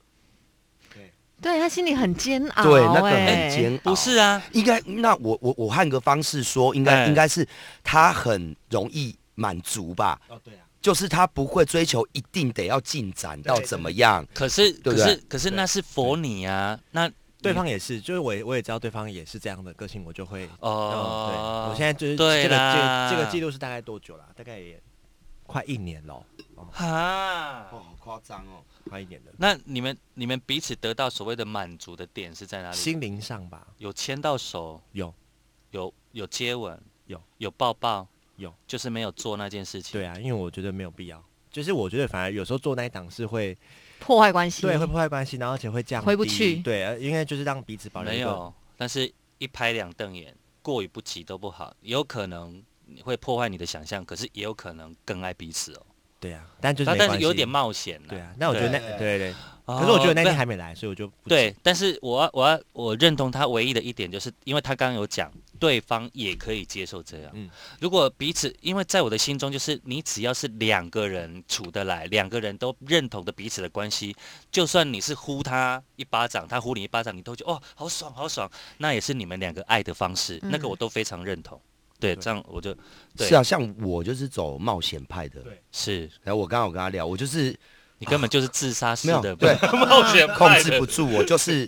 S5: 对他心里很煎熬、
S3: 对那个很
S5: 哎
S3: 煎熬。
S2: 不是啊，
S3: 应该，那我我我换个方式说，应该、
S2: 哎
S3: 应该是他很容易满足吧，
S4: 哦，对啊，
S3: 就是他不会追求一定得要进展到怎么样。
S2: 可是
S3: 对不
S2: 可
S3: 对
S2: 是可是那是佛你啊，那
S4: 对方也是，就是我也我也知道对方也是这样的个性，我就会哦，对，
S2: 哦，
S4: 我现在就是
S2: 对
S4: 这个
S2: 啦
S4: 这个这个记录是大概多久了？大概也快一年了，
S2: 啊，
S3: 好夸张哦！
S4: 快一年了，
S2: 那你们你们彼此得到所谓的满足的点是在哪里？
S4: 心灵上吧，
S2: 有牵到手，
S4: 有
S2: 有有接吻，
S4: 有
S2: 有抱抱，
S4: 有
S2: 就是没有做那件事情。
S4: 对啊，因为我觉得没有必要。就是我觉得反而有时候做那一档是会
S5: 破坏关系，
S4: 对会破坏关系，然后而且会降
S5: 回不
S4: 低
S5: 去
S4: 对，呃应该就是让彼此保留一
S2: 没
S4: 个
S2: 有，但是一拍两瞪眼，过于不及都不好，有可能会破坏你的想象，可是也有可能更爱彼此哦。
S4: 对啊，但就是
S2: 但
S4: 没
S2: 但是
S4: 关系
S2: 有点冒险了。
S4: 对啊，那我觉得那
S3: 对
S4: 对对，
S2: 哦，
S4: 可是我觉得那
S2: 不
S4: 天
S2: 然
S4: 还没来，所以我就不
S2: 对，但是我要我要我认同他唯一的一点，就是因为他刚刚有讲，对方也可以接受这样。
S4: 嗯
S2: 如果彼此，因为在我的心中，就是你只要是两个人处得来，两个人都认同的彼此的关系，就算你是呼他一巴掌，他呼你一巴掌，你都觉得哦好爽好爽，那也是你们两个爱的方式，那个
S5: 嗯
S2: 我都非常认同。对，
S4: 对
S2: 这样我就对
S3: 是啊，像我就是走冒险派的。
S4: 对
S2: 是
S3: 然后我刚好跟他聊，我就是
S2: 你根 本就是自杀式
S3: 没有
S2: 的
S3: 对
S2: 冒险
S3: 控
S2: 派
S3: 制
S2: 的
S3: 不住，我就是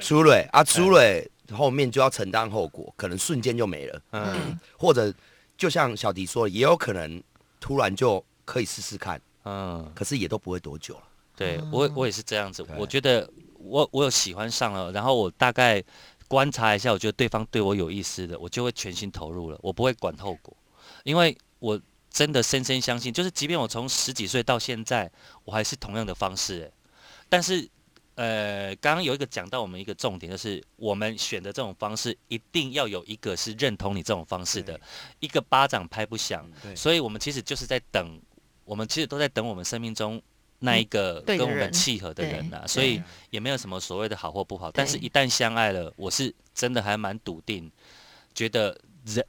S3: 出蕊啊，
S2: 哎
S3: 出蕊后面就要承担后果，可能瞬间就没了，
S2: 嗯
S3: 或者就像小迪说，也有可能突然就可以试试看，
S2: 嗯。
S3: 可是也都不会多久了。
S2: 对我我也是这样子，
S3: 对
S2: 我觉得我我有喜欢上了，然后我大概观察一下，我觉得对方对我有意思的，我就会全心投入了，我不会管后果，因为我真的深深相信，就是即便我从十几岁到现在，我还是同样的方式，欸但是。呃，刚刚有一个讲到我们一个重点，就是我们选的这种方式，一定要有一个是认同你这种方式的，一个巴掌拍不响，
S4: 嗯对
S2: 所以我们其实就是在等，我们其实都在等我们生命中那一个
S4: 嗯
S5: 对
S2: 跟
S5: 的
S2: 我们
S5: 人
S2: 契合的
S5: 对
S2: 人呐、啊
S5: 对
S2: 所以也没有什么所谓的好或不好。但是，一旦相爱了，我是真的还蛮笃定，觉得人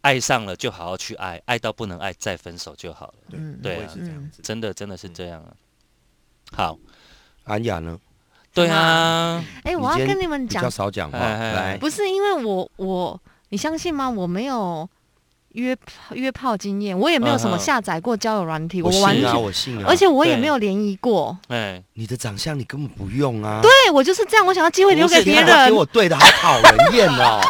S2: 爱上了就好好去爱，爱到不能爱再分手就好了。
S5: 嗯
S2: 对啊
S4: 我也是这样嗯子。
S2: 真的，真的是这样啊。好，
S3: 安雅呢，
S2: 对啊，
S5: 哎、
S3: 你
S5: 我要
S3: 今天
S5: 跟你们
S3: 比
S5: 讲
S3: 较，少讲话，
S2: 哎哎哎
S3: 来，
S5: 不是因为我我，你相信吗？我没有约炮约炮经验，我也没有什么
S2: 嗯哼
S5: 下载过交友软体，
S3: 我
S5: 完
S3: 信啊，
S5: 全，
S3: 我信啊，
S5: 而且我也
S2: 对
S5: 没有联谊过。
S2: 哎，
S3: 你的长相你根本不用啊，
S5: 对我就是这样，我想要机会留给
S2: 不是
S5: 别
S3: 你还
S5: 人
S3: 给。我对的好讨人厌哦，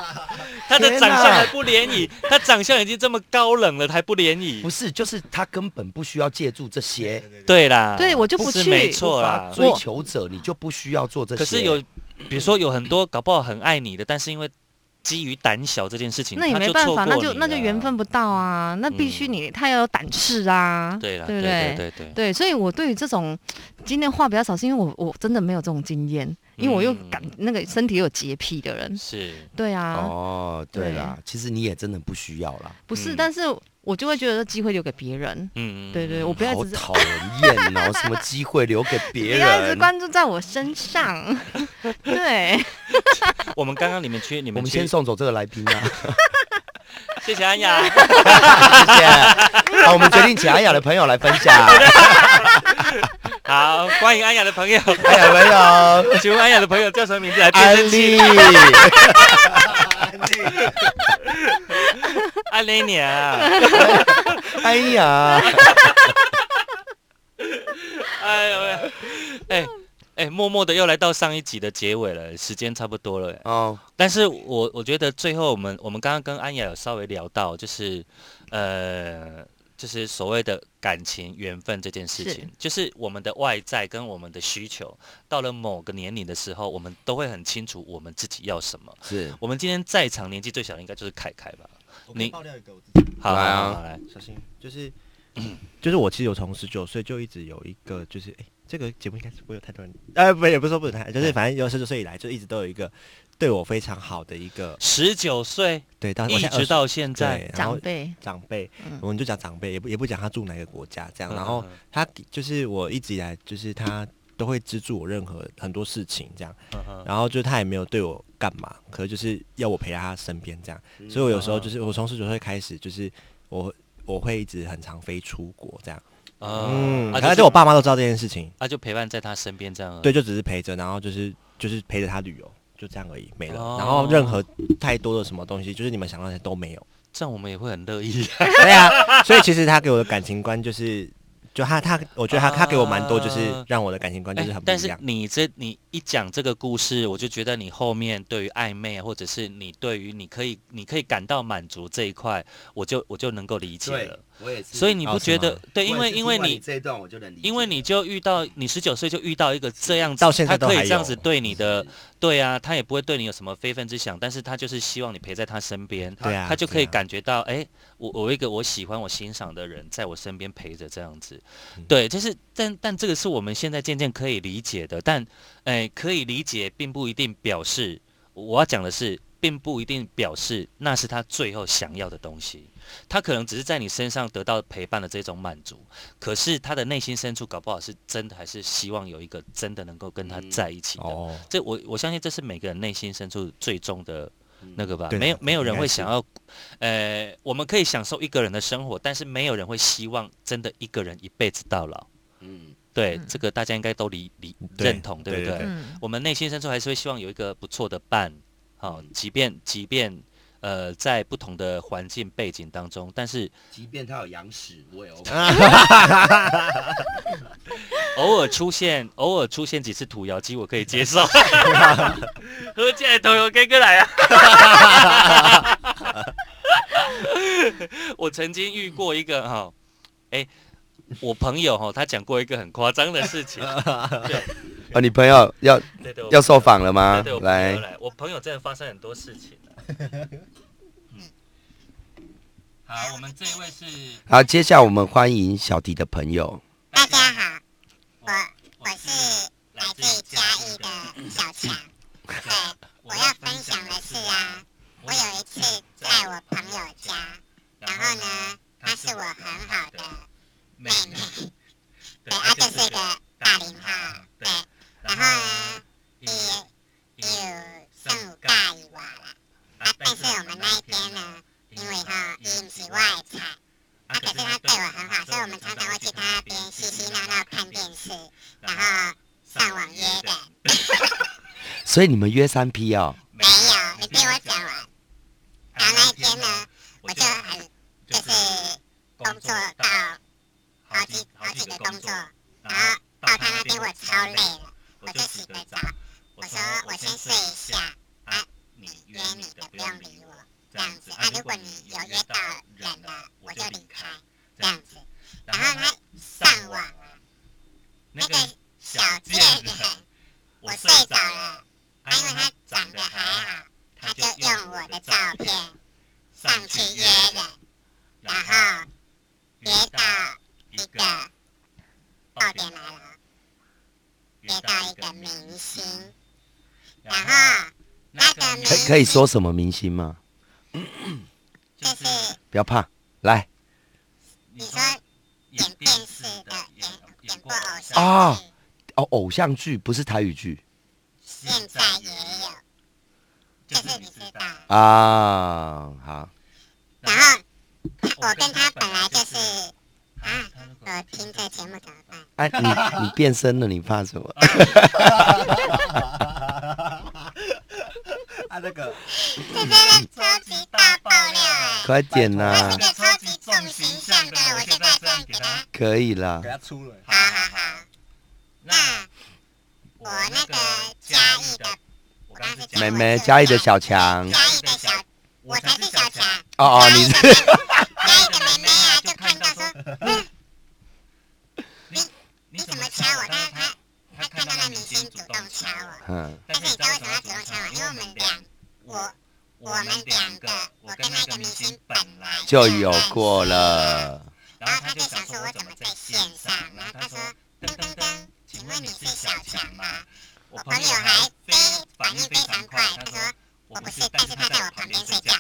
S2: 他的
S3: 天
S2: 长
S3: 哪
S2: 相还不联谊，他长相已经这么高冷了，还不联谊
S3: 不？是，就是他根本不需要借助这些。
S2: 对啦，
S5: 对我就
S2: 不
S5: 不
S2: 是
S5: 去
S2: 没错啦
S3: 发。追求者你就不需要做这些。
S2: 可是有，比如说有很多搞不好很爱你的，但是因为基于胆小这件事情，
S5: 那也
S2: 他
S5: 没
S2: 就
S5: 办
S2: 错
S5: 法，那
S2: 过
S5: 就
S2: 你
S5: 那就
S2: 了啊
S5: 缘分。不到啊，那必须
S2: 嗯
S5: 你他要有胆识啊，
S2: 对啦，
S5: 对
S2: 对
S5: 不
S2: 对对对。
S5: 对，所以我对于这种今天话比较少，是因为我我真的没有这种经验，因为我又
S2: 嗯
S5: 感那个身体又有洁癖的人，
S2: 是，
S5: 对啊，
S3: 哦，对
S5: 对
S3: 啦，其实你也真的不需要啦，
S5: 不是，
S2: 嗯
S5: 但是我就会觉得机会留给别人，
S2: 嗯，
S5: 对对，我不要
S3: 好
S5: 只是
S3: 哦讨人厌哦，什么机会留给别
S5: 不
S2: 啊
S5: 要一直
S3: 人？
S5: 关注在我身上， 对，
S2: 我们刚刚你们去，你
S3: 我
S2: 们
S3: 们
S2: 去
S3: 先，送走这个来宾啊，
S2: 谢谢 安雅，
S3: 谢
S2: 哎
S3: 谢。好，我们决定请安雅的朋友来分享，
S2: 好，欢迎安雅的朋友，
S3: 安雅的 朋友，
S2: 请问安雅的朋友叫什么名字来变
S3: 安
S2: 声器？
S3: 利，
S2: 安妮妮啊，
S3: 安雅，
S2: 哎呦喂，哎哎，默默的又来到上一集的结尾了，时间差不多了。
S3: 哦，
S2: 但是我我觉得最后我们我们刚刚跟安雅有稍微聊到，就是呃，就是所谓的感情缘分这件事情，
S5: 是
S2: 就是我们的外在跟我们的需求，到了某个年龄的时候，我们都会很清楚我们自己要什么。
S3: 是
S2: 我们今天在场年纪最小的应该就是凯凯吧？
S4: 我可以
S2: 你
S4: 爆料一个我自己
S2: 好，
S3: 来啊
S2: 好好好来，
S4: 小心，就是
S2: 嗯
S4: 就是我其实有从十九岁就一直有一个就是哎、这个节目应该是不会有太多人，呃，不也不是说不有太，
S2: 哎
S4: 就是反正有十九岁以来就一直都有一个对我非常好的一个
S2: 十九岁
S4: 对，到
S2: 一直到现在
S4: 对，，然后
S5: 长辈，
S4: 长辈，
S5: 嗯
S4: 我们就讲长辈，也不也不讲他住哪个国家这样。
S2: 嗯
S4: 然后
S2: 嗯嗯
S4: 他的就是我一直以来就是他都会资助我任何很多事情这样，
S2: 嗯哼
S4: 然后就他也没有对我干嘛，
S2: 嗯
S4: 可是就是要我陪在他身边这样。所以我有时候就是我从十九岁开始，就是我我会一直很常飞出国这样。
S2: 嗯
S4: 嗯，，
S2: 啊
S4: 反正
S2: 是嗯
S4: 就我爸妈都知道这件事情，
S2: 啊，就陪伴在他身边这样而已。
S4: 对，就只是陪着，然后就是就是陪着他旅游，就这样而已，没了。
S2: 哦
S4: 然后任何太多的什么东西，就是你们想到的都没有。
S2: 这样我们也会很乐意。
S4: 对啊，所以其实他给我的感情观就是，就他他，我觉得他、他给我蛮多，就是
S2: 啊
S4: 让我的 感情观就是
S2: 哎
S4: 很不
S2: 但
S4: 一
S2: 是
S4: 样。
S2: 你这你一讲这个故事，我就觉得你后面对于暧昧，或者是你对于你可以你可以感到满足这一块，我就我就能够理解了。，
S3: 我也是
S2: 所以你不
S4: 哦是
S2: 觉得、
S4: 吗
S2: 对？因为因为
S3: 你
S2: 你
S3: 这一段我就能理
S2: 因为你就遇到你十九岁就遇到一个这样子，
S4: 到现在
S2: 他
S4: 都
S2: 可以
S4: 还有嗯
S2: 这样子对你的，对啊，他也不会对你有什么非分之想，但是他就是希望你陪在他身边，
S4: 对啊
S2: 他就可
S4: 对
S2: 以
S4: 啊
S2: 感觉到，哎、我我有一个我喜欢我欣赏的人在我身边陪着这样子，
S4: 嗯
S2: 对，就是但但这个是我们现在渐渐可以理解的，但哎、可以理解并不一定表示我要讲的是。并不一定表示那是他最后想要的东西，他可能只是在你身上得到陪伴的这种满足，可是他的内心深处搞不好是真的还是希望有一个真的能够跟他在一起的，
S4: 哦，
S2: 这我我相信这是每个人内心深处最终的
S3: 嗯
S2: 那个吧，
S4: 嗯对
S2: 没有
S4: 啦
S2: 没有人
S4: 应该
S2: 会
S4: 是
S2: 想要，呃，我们可以享受一个人的生活，但是没有人会希望真的一个人一辈子到老。
S3: 嗯，
S2: 对，
S5: 嗯
S2: 这个大家应该都理理
S4: 对
S2: 认同，对不
S4: 对对对
S5: 嗯
S2: 我们内心深处还是会希望有一个不错的伴，好、
S3: 嗯
S2: 即便即便呃在不同的环境背景当中，但是
S3: 即便他有羊屎，我也 OK。
S2: 偶尔出现， 偶尔出现几次土窑鸡，我可以接 受。喝起来头油跟哥来啊！啊 我曾经遇过一个哈，哎、我朋友哈，他讲过一个很夸张的事情。
S3: 啊，你朋友要
S2: 对对，我
S3: 要受访了吗
S2: 对对，我？朋友
S3: 啊来，
S2: 来，我朋友真的发生很多事情啊、 嗯，好，我们这一位是
S3: 好，接下来我们欢迎小迪的朋友。
S6: 大家好，
S2: 我
S6: 我我是来自于嘉义的小强。对，我要分享的是啊，我有一次在我朋友家，然后呢，她是我很好的妹妹，对，她就是个大零号，对，然后呢，也有上大一娃啦，啊，但是我们那一天呢，因为哈，伊不是我的菜，啊，可是他对我很好，所以我们常常会去他那边嬉嬉闹闹看电视，然后上网约的。
S3: 所以你们约三 P 哦，
S6: 没有，你听我讲完。然后那一天呢，我就很就是工作到好几好几个工作，然后到他那边我超累了，我就洗个澡，我说我先睡一下，啊，你约你的不用理我，这样子。啊，如果你有约到人了，我就离开，这样子。然后他上网了，那个小贱人，我睡着了，啊因为他长得还好，他就用我的照片上去约人，然后约到一个爆点来了，约到一个明星，然后那个明
S3: 可
S6: 星
S3: 可以说什么明星吗？
S6: 就是
S3: 不要怕，来
S6: 你说演电视的演演过偶像
S3: 啊
S6: 剧，
S3: 哦，偶像剧不是台语剧
S6: 现在也有，就是你知道。
S3: 啊。好，
S6: 然后我跟他本来就是啊，我听这节目怎么办？
S3: 哎、你你变身了，你怕什么？
S4: 啊，那个
S6: 这真的超级大爆料哎、
S3: 快点呐、
S6: 他是个超级重形象的，我现在这样给他，
S3: 可以啦。
S4: 他出了，
S6: 好好好。那我那个嘉义的，我刚刚是
S3: 妹妹嘉义的小强
S6: 嘉义的小，我才是小强。
S3: 哦哦，你
S6: 嘉义的嘉义的妹妹
S3: 哦
S6: 啊，就看到说，嗯，你你怎么敲我？他他他看到那明星主动敲我。
S3: 嗯，
S6: 但是你知道为什么要主动敲我？因为我们两，我我们两个，我跟那个明星本来
S3: 就有过。了。
S6: 然后他就想说，我怎么在线上？然后他说，噔噔噔，请问你是小强吗？我朋友还非反应非常快，他说我不是，但是他在我旁边睡觉。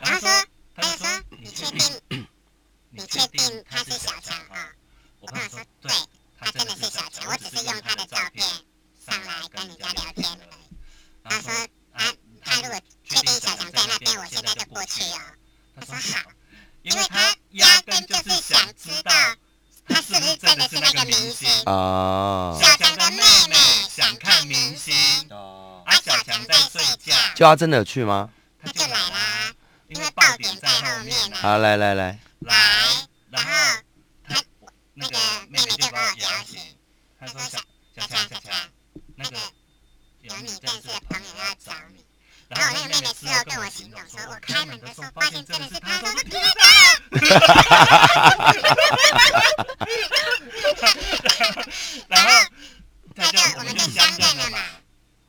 S6: 然后说，他就说，你确定？你确定他是小强啊、我朋友说，对，他真的是小强，我只是用他的照片上来跟人家聊天而已。他说，啊，他如果确定小强在跟着过去哦。
S2: 他
S6: 我
S2: 说
S6: 说好，
S2: 因
S6: 因
S2: 为
S6: 为
S2: 他
S6: 他
S2: 压
S6: 压
S2: 根
S6: 根
S2: 就
S6: 就是是
S2: 想
S6: 想
S2: 知
S6: 知
S2: 道
S6: 道
S2: 他
S6: 他
S2: 是
S6: 是
S2: 不
S6: 不
S2: 是
S6: 是
S2: 真
S6: 真
S2: 的
S6: 的
S2: 是
S6: 是
S2: 那
S6: 那
S2: 个
S6: 个
S2: 明星
S6: 明星。
S3: 哦，
S2: 小强的妹妹想看明星，
S7: 哦，
S2: 啊，小强在睡觉，
S3: 就他真的有去吗？
S2: 他
S6: 他
S2: 就
S6: 就
S2: 来
S6: 来
S2: 啦
S6: 啦，
S2: 因
S6: 因
S2: 为
S6: 为
S2: 爆
S6: 爆
S2: 点
S6: 点
S2: 在
S6: 在
S2: 后
S6: 后
S2: 面
S6: 面
S2: 呢
S6: 呢。
S3: 好，来来来，
S2: 来
S6: 来，，
S2: 然
S6: 然
S2: 后
S6: 后
S2: 那个妹妹就把我摇醒，她
S6: 他
S2: 说
S6: 说
S2: 小
S6: 小
S2: 小
S6: 小
S2: 强小
S6: 强小
S2: 强
S6: 强，
S2: 那
S6: 那
S2: 个
S6: 个
S2: 有
S6: 有
S2: 你
S6: 你
S2: 认识
S6: 认识
S2: 的
S6: 的
S2: 朋
S6: 朋
S2: 友
S6: 友
S2: 要
S6: 要
S2: 找
S6: 找
S2: 你
S6: 你。
S2: 然
S6: 然
S2: 后
S6: 后
S2: 我
S6: 我
S2: 那
S6: 那
S2: 个妹妹事后
S6: 个妹妹事后
S2: 跟
S6: 跟
S2: 我
S6: 我
S2: 形
S6: 形
S2: 容
S6: 容
S2: 说
S6: 说，
S2: 我
S6: 我
S2: 开
S6: 开
S2: 门
S6: 门
S2: 的
S6: 的
S2: 时
S6: 时
S2: 候
S6: 候
S2: 发
S6: 发
S2: 现
S6: 现
S2: 真
S6: 真
S2: 的
S6: 的
S2: 是
S6: 是
S2: 他
S6: 他
S2: 说
S6: 说
S2: 的
S6: 的
S2: 皮
S6: 皮
S2: 然后
S6: 他
S2: 他
S6: 就
S2: 就我
S6: 我
S2: 们
S6: 们
S2: 就
S6: 就
S2: 相
S6: 相
S2: 认
S6: 认
S2: 了
S6: 了
S2: 嘛
S6: 嘛。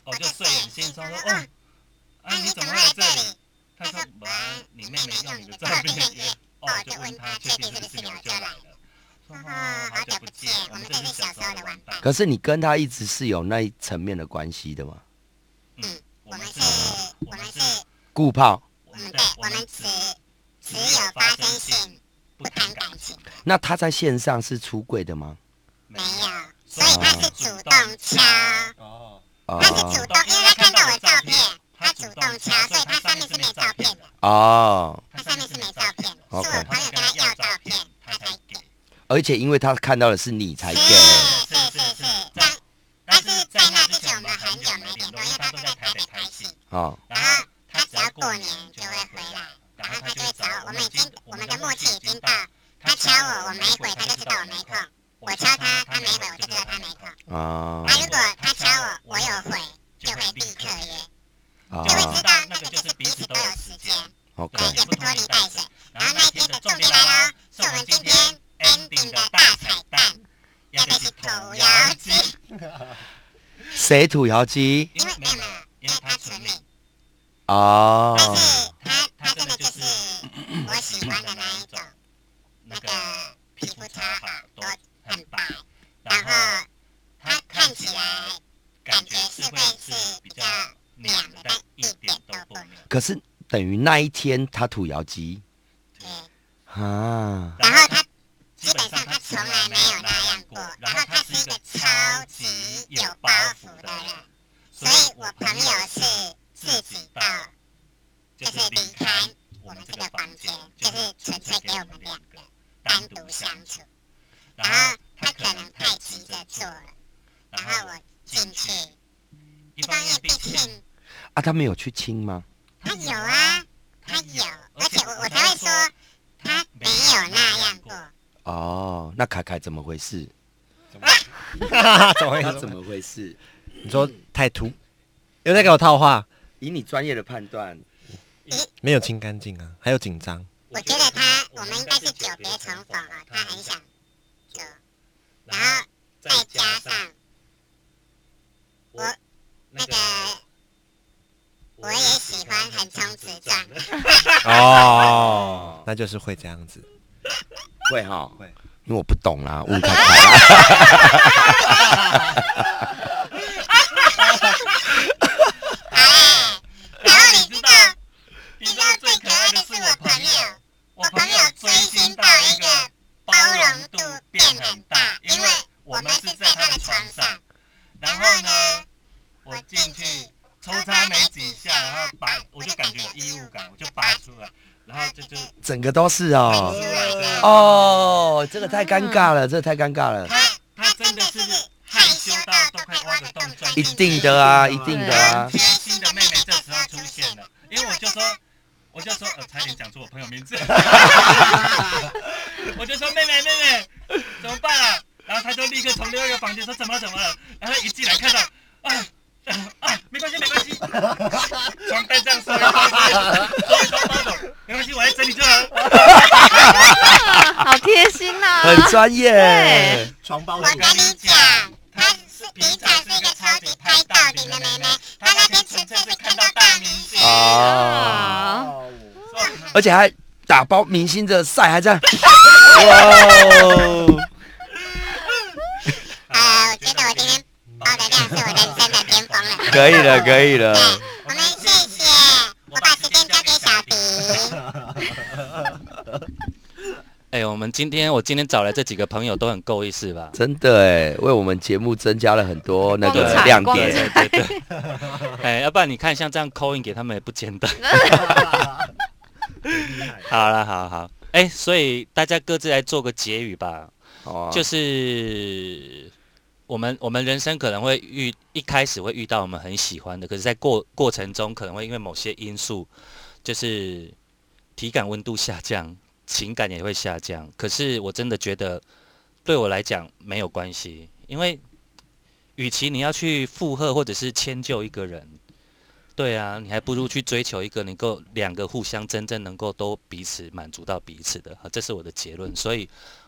S2: 我就睡眼惺忪说，哦，啊
S6: 啊，
S2: 你
S6: 你
S2: 怎
S6: 怎
S2: 么
S6: 么
S2: 会
S6: 会
S2: 来这
S6: 来这
S2: 里
S6: 里？
S2: 他说，晚安，你妹妹用你的照片约哦，我就问他确定是不是你，我就来了。说哦，好久不见，我们这是小时候的玩伴。
S3: 可是你跟他一直是有那一层面的关系的嘛？
S2: 我
S6: 我
S2: 们
S6: 们
S2: 是
S6: 是，，
S2: 我
S6: 我
S2: 们
S6: 们
S2: 是
S6: 是，，
S3: 顾炮，
S2: 我
S6: 我
S2: 们
S6: 们
S2: 对
S6: 对，，
S2: 我
S6: 我
S2: 们
S6: 们
S2: 只只
S6: 只只
S2: 有
S6: 有
S2: 发
S6: 发
S2: 生
S6: 生
S2: 性
S6: 性，
S2: 不
S6: 不
S2: 谈
S6: 谈
S2: 感
S6: 感
S2: 情
S6: 情，
S3: 那他在线上是出柜的吗？
S6: 没
S2: 没有。
S6: 有，所以他是主动敲，
S2: 哦，
S3: 哦
S6: 他是主动，因为他看到我的照片，他主动敲，所以他上面是没照片的，
S3: 哦，
S6: 他上面是没照片的，是
S3: OK
S6: 我朋友跟他要照片，他才给。
S3: 而且因为他看到的是你才
S6: 是
S3: 给，
S6: 是是是，但
S2: 但
S6: 但
S2: 是
S6: 是
S2: 在
S6: 在
S2: 那
S6: 那
S2: 之
S6: 之
S2: 前
S6: 前
S2: 我
S6: 我
S2: 们
S6: 们
S2: 很
S6: 很
S2: 久
S6: 久
S2: 没
S6: 没
S2: 联
S6: 联
S2: 络
S6: 络，
S2: 因为
S6: 因为
S2: 他都
S6: 他
S2: 在
S6: 都在
S2: 台北
S6: 台北
S2: 拍
S6: 拍
S2: 戏
S6: 戏，
S3: 哦，
S2: 然后他
S6: 他
S2: 只
S6: 只
S2: 要
S6: 要
S2: 过
S6: 过
S2: 年
S6: 年
S2: 就
S6: 就
S2: 会
S6: 会
S2: 回
S6: 回
S2: 来
S6: 来，
S2: 然
S6: 然
S2: 后他
S6: 后他
S2: 就会
S6: 就会
S2: 找
S6: 找
S2: 我，我
S6: 我我
S2: 们已
S6: 们已
S2: 经
S6: 经
S2: 我们
S6: 我
S2: 的
S6: 们的
S2: 默
S6: 默
S2: 契
S6: 契
S2: 已经
S6: 已经
S2: 到
S6: 到，
S2: 他
S6: 他
S2: 敲
S6: 敲
S2: 我，我
S6: 我我
S2: 没
S6: 没
S2: 回
S6: 回
S2: 他就知道我没
S6: 他就知道我没
S2: 空
S6: 空，
S2: 我
S6: 我
S2: 敲
S6: 敲
S2: 他他
S6: 他，他
S2: 没回
S6: 没回
S2: 我就知道他没空
S6: 我就知道他没空。
S3: 哦
S6: 他如果他敲我，我有回，就会立刻约，
S3: 哦
S6: 就会
S2: 哦
S6: 知道那个就是彼此都有时间，
S3: ，OK，
S6: 对，也不拖泥带水。
S2: 然
S6: 然
S2: 后
S6: 后
S2: 那
S6: 那
S2: 一天
S6: 一天
S2: 的
S6: 的
S2: 重
S6: 重
S2: 点
S6: 点
S2: 来喽
S6: 来喽，
S2: 是
S6: 是
S2: 我
S6: 我
S2: 们
S6: 们
S2: 今
S6: 今
S2: 天
S6: 天
S2: ending
S6: ending
S2: 的
S6: 的
S2: 大
S6: 大
S2: 彩
S6: 彩
S2: 蛋
S6: 蛋，
S2: 要
S6: 要
S2: 再
S6: 再
S2: 去
S6: 去
S2: 土窑
S6: 土窑
S2: 鸡
S6: 鸡，
S3: 谁土窑鸡？
S2: 因
S6: 因
S2: 为
S6: 为
S2: 没
S6: 没
S2: 有
S6: 有，
S2: 因
S6: 因
S2: 为他
S6: 为他
S2: 纯
S6: 纯
S2: 理
S6: 理，
S3: 哦，
S6: 但是他他真的就是
S2: 我
S6: 我
S2: 喜
S6: 喜
S2: 欢
S6: 欢
S2: 的
S6: 的
S2: 那一种那
S6: 那一种，那
S2: 个
S6: 个
S2: 皮
S6: 皮
S2: 肤
S6: 肤
S2: 超
S6: 超
S2: 好
S6: 好，
S2: 都
S6: 都
S2: 很
S6: 很
S2: 白
S6: 白，
S2: 然
S6: 然
S2: 后
S6: 后
S2: 它
S6: 它
S2: 看
S6: 看
S2: 起
S6: 起
S2: 来
S6: 来
S2: 感觉是会是比较娘的，但一点都不娘。
S3: 可是等于那一天他土窑鸡
S6: 嗯，
S3: 啊，
S2: 然
S6: 然
S2: 后
S6: 后
S2: 它
S6: 它
S2: 基
S6: 基
S2: 本上
S6: 本
S2: 它
S6: 上它
S2: 从
S6: 从
S2: 来没
S6: 来没
S2: 有
S6: 有
S2: 那
S6: 那
S2: 样
S6: 样
S2: 过
S6: 过，
S2: 然
S6: 然
S2: 后
S6: 后
S2: 它
S6: 它
S2: 是一
S6: 是一
S2: 个
S6: 个
S2: 超
S6: 超
S2: 级
S6: 级
S2: 有
S6: 有
S2: 包
S6: 包
S2: 袱
S6: 袱
S2: 的
S6: 的
S2: 人
S6: 人，
S2: 所
S6: 所
S2: 以
S6: 以
S2: 我
S6: 我
S2: 朋
S6: 朋
S2: 友
S6: 友
S2: 是
S6: 是
S2: 自
S6: 自
S2: 己
S6: 己
S2: 到
S6: 到，
S2: 就是离开我们这个房间，就是纯粹给我们两个单
S6: 单
S2: 独
S6: 独
S2: 相
S6: 相
S2: 处
S6: 处。。
S2: 然
S6: 然
S2: 后
S6: 后
S2: 他
S6: 他
S2: 可
S6: 可
S2: 能
S6: 能
S2: 太
S6: 太
S2: 急
S6: 急
S2: 着
S6: 着
S2: 做
S6: 做
S2: 了
S6: 了，
S2: 然
S6: 然
S2: 后
S6: 后
S2: 我
S6: 我
S2: 进
S6: 进
S2: 去
S6: 去，
S2: 一
S6: 一
S2: 方
S6: 方
S2: 面
S6: 面
S2: 毕
S6: 毕
S2: 竟
S6: 竟
S3: 啊，他没有去亲吗？
S2: 他
S6: 他
S2: 有
S6: 有
S2: 啊
S6: 啊，
S2: 他
S6: 他
S2: 有
S6: 有，
S2: 而
S6: 而
S2: 且
S6: 且
S2: 我
S6: 我
S2: 我
S6: 我
S2: 才
S6: 才
S2: 会
S6: 会
S2: 说
S6: 说
S2: 他
S6: 他
S2: 没
S6: 没
S2: 有
S6: 有
S2: 那
S6: 那
S2: 样
S6: 样
S2: 过
S6: 过。
S3: 哦，那凯凯怎么回事？
S4: 怎么
S3: 他
S4: 会？
S3: 怎么回事？
S4: 你说太突，又在给我套话，
S3: 以你专业的判断，
S4: 没有清干净啊，还有紧张。
S6: 我
S2: 我觉
S6: 觉
S2: 得
S6: 得他
S2: 他，我
S6: 我
S2: 们
S6: 们
S2: 应
S6: 应
S2: 该
S6: 该
S2: 是
S6: 是
S2: 久
S6: 久
S2: 别
S6: 别
S2: 重
S6: 重
S2: 逢
S6: 逢
S2: 了
S6: 了，，
S2: 他
S6: 他
S2: 很
S6: 很
S2: 想
S6: 想
S2: 做
S6: 做，，
S2: 然
S6: 然
S2: 后
S6: 后
S2: 再
S6: 再
S2: 加
S6: 加
S2: 上
S6: 上
S2: 我那
S6: 那
S2: 个
S6: 个
S2: 我
S6: 我
S2: 也
S6: 也
S2: 喜
S6: 喜
S2: 欢
S6: 欢
S2: 横
S6: 横
S2: 冲
S6: 冲
S2: 直
S6: 直
S2: 撞
S6: 撞
S2: 的
S6: 的。
S4: 哦，那就是会这样子。
S3: 会哈，
S4: 会，
S3: 因为我不懂啦，问凯凯啦。
S2: 然
S6: 哎，然
S2: 后
S6: 后
S2: 你知
S6: 你知
S2: 道
S6: 道，
S2: 你
S6: 你
S2: 知
S6: 知
S2: 道
S6: 道
S2: 最
S6: 最
S2: 可
S6: 可
S2: 爱
S6: 爱
S2: 的
S6: 的
S2: 是
S6: 是
S2: 我
S6: 我
S2: 朋友我
S6: 朋友，我
S2: 朋
S6: 朋
S2: 友
S6: 友
S2: 追
S6: 追
S2: 星
S6: 星
S2: 到
S6: 到
S2: 一
S6: 一
S2: 个
S6: 个
S2: 包
S6: 包
S2: 容
S6: 容
S2: 度
S6: 度
S2: 变
S6: 变
S2: 很
S6: 很
S2: 大
S6: 大，
S2: 因
S6: 因
S2: 为
S6: 为
S2: 我
S6: 我
S2: 们
S6: 们
S2: 是
S6: 是
S2: 在
S6: 在
S2: 他
S6: 他
S2: 的
S6: 的
S2: 床
S6: 床
S2: 上
S6: 上。
S2: 然
S6: 然
S2: 后
S6: 后
S2: 呢
S6: 呢，
S2: 我
S6: 我
S2: 进
S6: 进
S2: 去
S6: 去
S2: 抽
S6: 抽
S2: 插
S6: 插
S2: 没
S6: 没
S2: 几
S6: 几
S2: 下，
S6: 下
S2: 然
S6: 然
S2: 后
S6: 后
S2: 拔
S6: 拔，
S2: 我
S6: 我
S2: 就
S6: 就
S2: 感
S6: 感
S2: 觉
S6: 觉
S2: 有
S6: 有
S2: 异
S6: 异
S2: 物
S6: 物
S2: 感
S6: 感，
S2: 我
S6: 我
S2: 就
S6: 就
S2: 拔
S6: 拔
S2: 出来，然后
S6: 然后
S2: 就
S6: 就是是
S3: 整个都是哦
S2: 很
S6: 出
S2: 出
S6: 来
S2: 来
S6: 的。
S3: 哦，这个太尴尬了，这个太尴尬了，
S2: 他他
S6: 他
S2: 真
S6: 真
S2: 的
S6: 的
S2: 是
S6: 是
S2: 害
S6: 害
S2: 羞
S6: 羞
S2: 到
S6: 到
S2: 都
S6: 都
S2: 快
S6: 快
S2: 挖
S6: 挖
S2: 个
S6: 个
S2: 洞
S6: 洞
S2: 钻
S6: 钻
S2: 进
S3: 一
S6: 进
S2: 去
S6: 去。
S3: 定的啊，一定的啊，
S2: 贴心的妹妹这时候出现了，因为我就说，我就说，呃，差点讲出我朋友名字，我就说妹妹妹妹，怎么办啊？然后她就立刻从另外一个房间说怎么了怎么了，然后一进来看到，啊啊啊，没关系没关系，床单这样说，没关系，包总，没关系，我来整理就好。
S5: 好贴心啊呐、
S3: 很专业
S5: 对。
S4: 床包
S6: 我跟你讲，他是平常是一个超级拍到底的妹妹，
S2: 她
S6: 她
S2: 那
S6: 那
S2: 天纯
S6: 天纯
S2: 粹
S6: 粹
S2: 是
S6: 是
S2: 看
S6: 看
S2: 到
S6: 到
S2: 大
S6: 大
S2: 明
S6: 明
S2: 星
S6: 星。啊
S3: 哦，
S5: 啊，
S3: 而且还打包明星的赛，还这样，哇哦，
S6: 呃，我觉得我今天爆的量是我人生的巅峰了。
S3: 可以了，可以了，
S6: 我们谢谢，我把时间交给小迪。
S7: 哎、我们今天我今天找来这几个朋友都很够意思吧？
S3: 真的哎，为我们节目增加了很多那
S5: 光
S3: 个
S5: 彩
S3: 亮
S5: 光彩
S3: 点。
S7: 对对对，哎、要不然你看像这样扣印给他们也不简单。
S2: 好了，好好，哎、所以大家各自来做个结语吧。
S3: 哦，
S2: 就是我们我们人生可能会遇一开始会遇到我们很喜欢的，可是在过过程中可能会因为某些因素，就是体感温度下降，情感也会下降。可是我真的觉得对我来讲没有关系，因为与其你要去附和或者是迁就一个人。对啊，你还不如去追求一个能够两个互相真正能够都彼此满足到彼此的，好这是我的结论。所以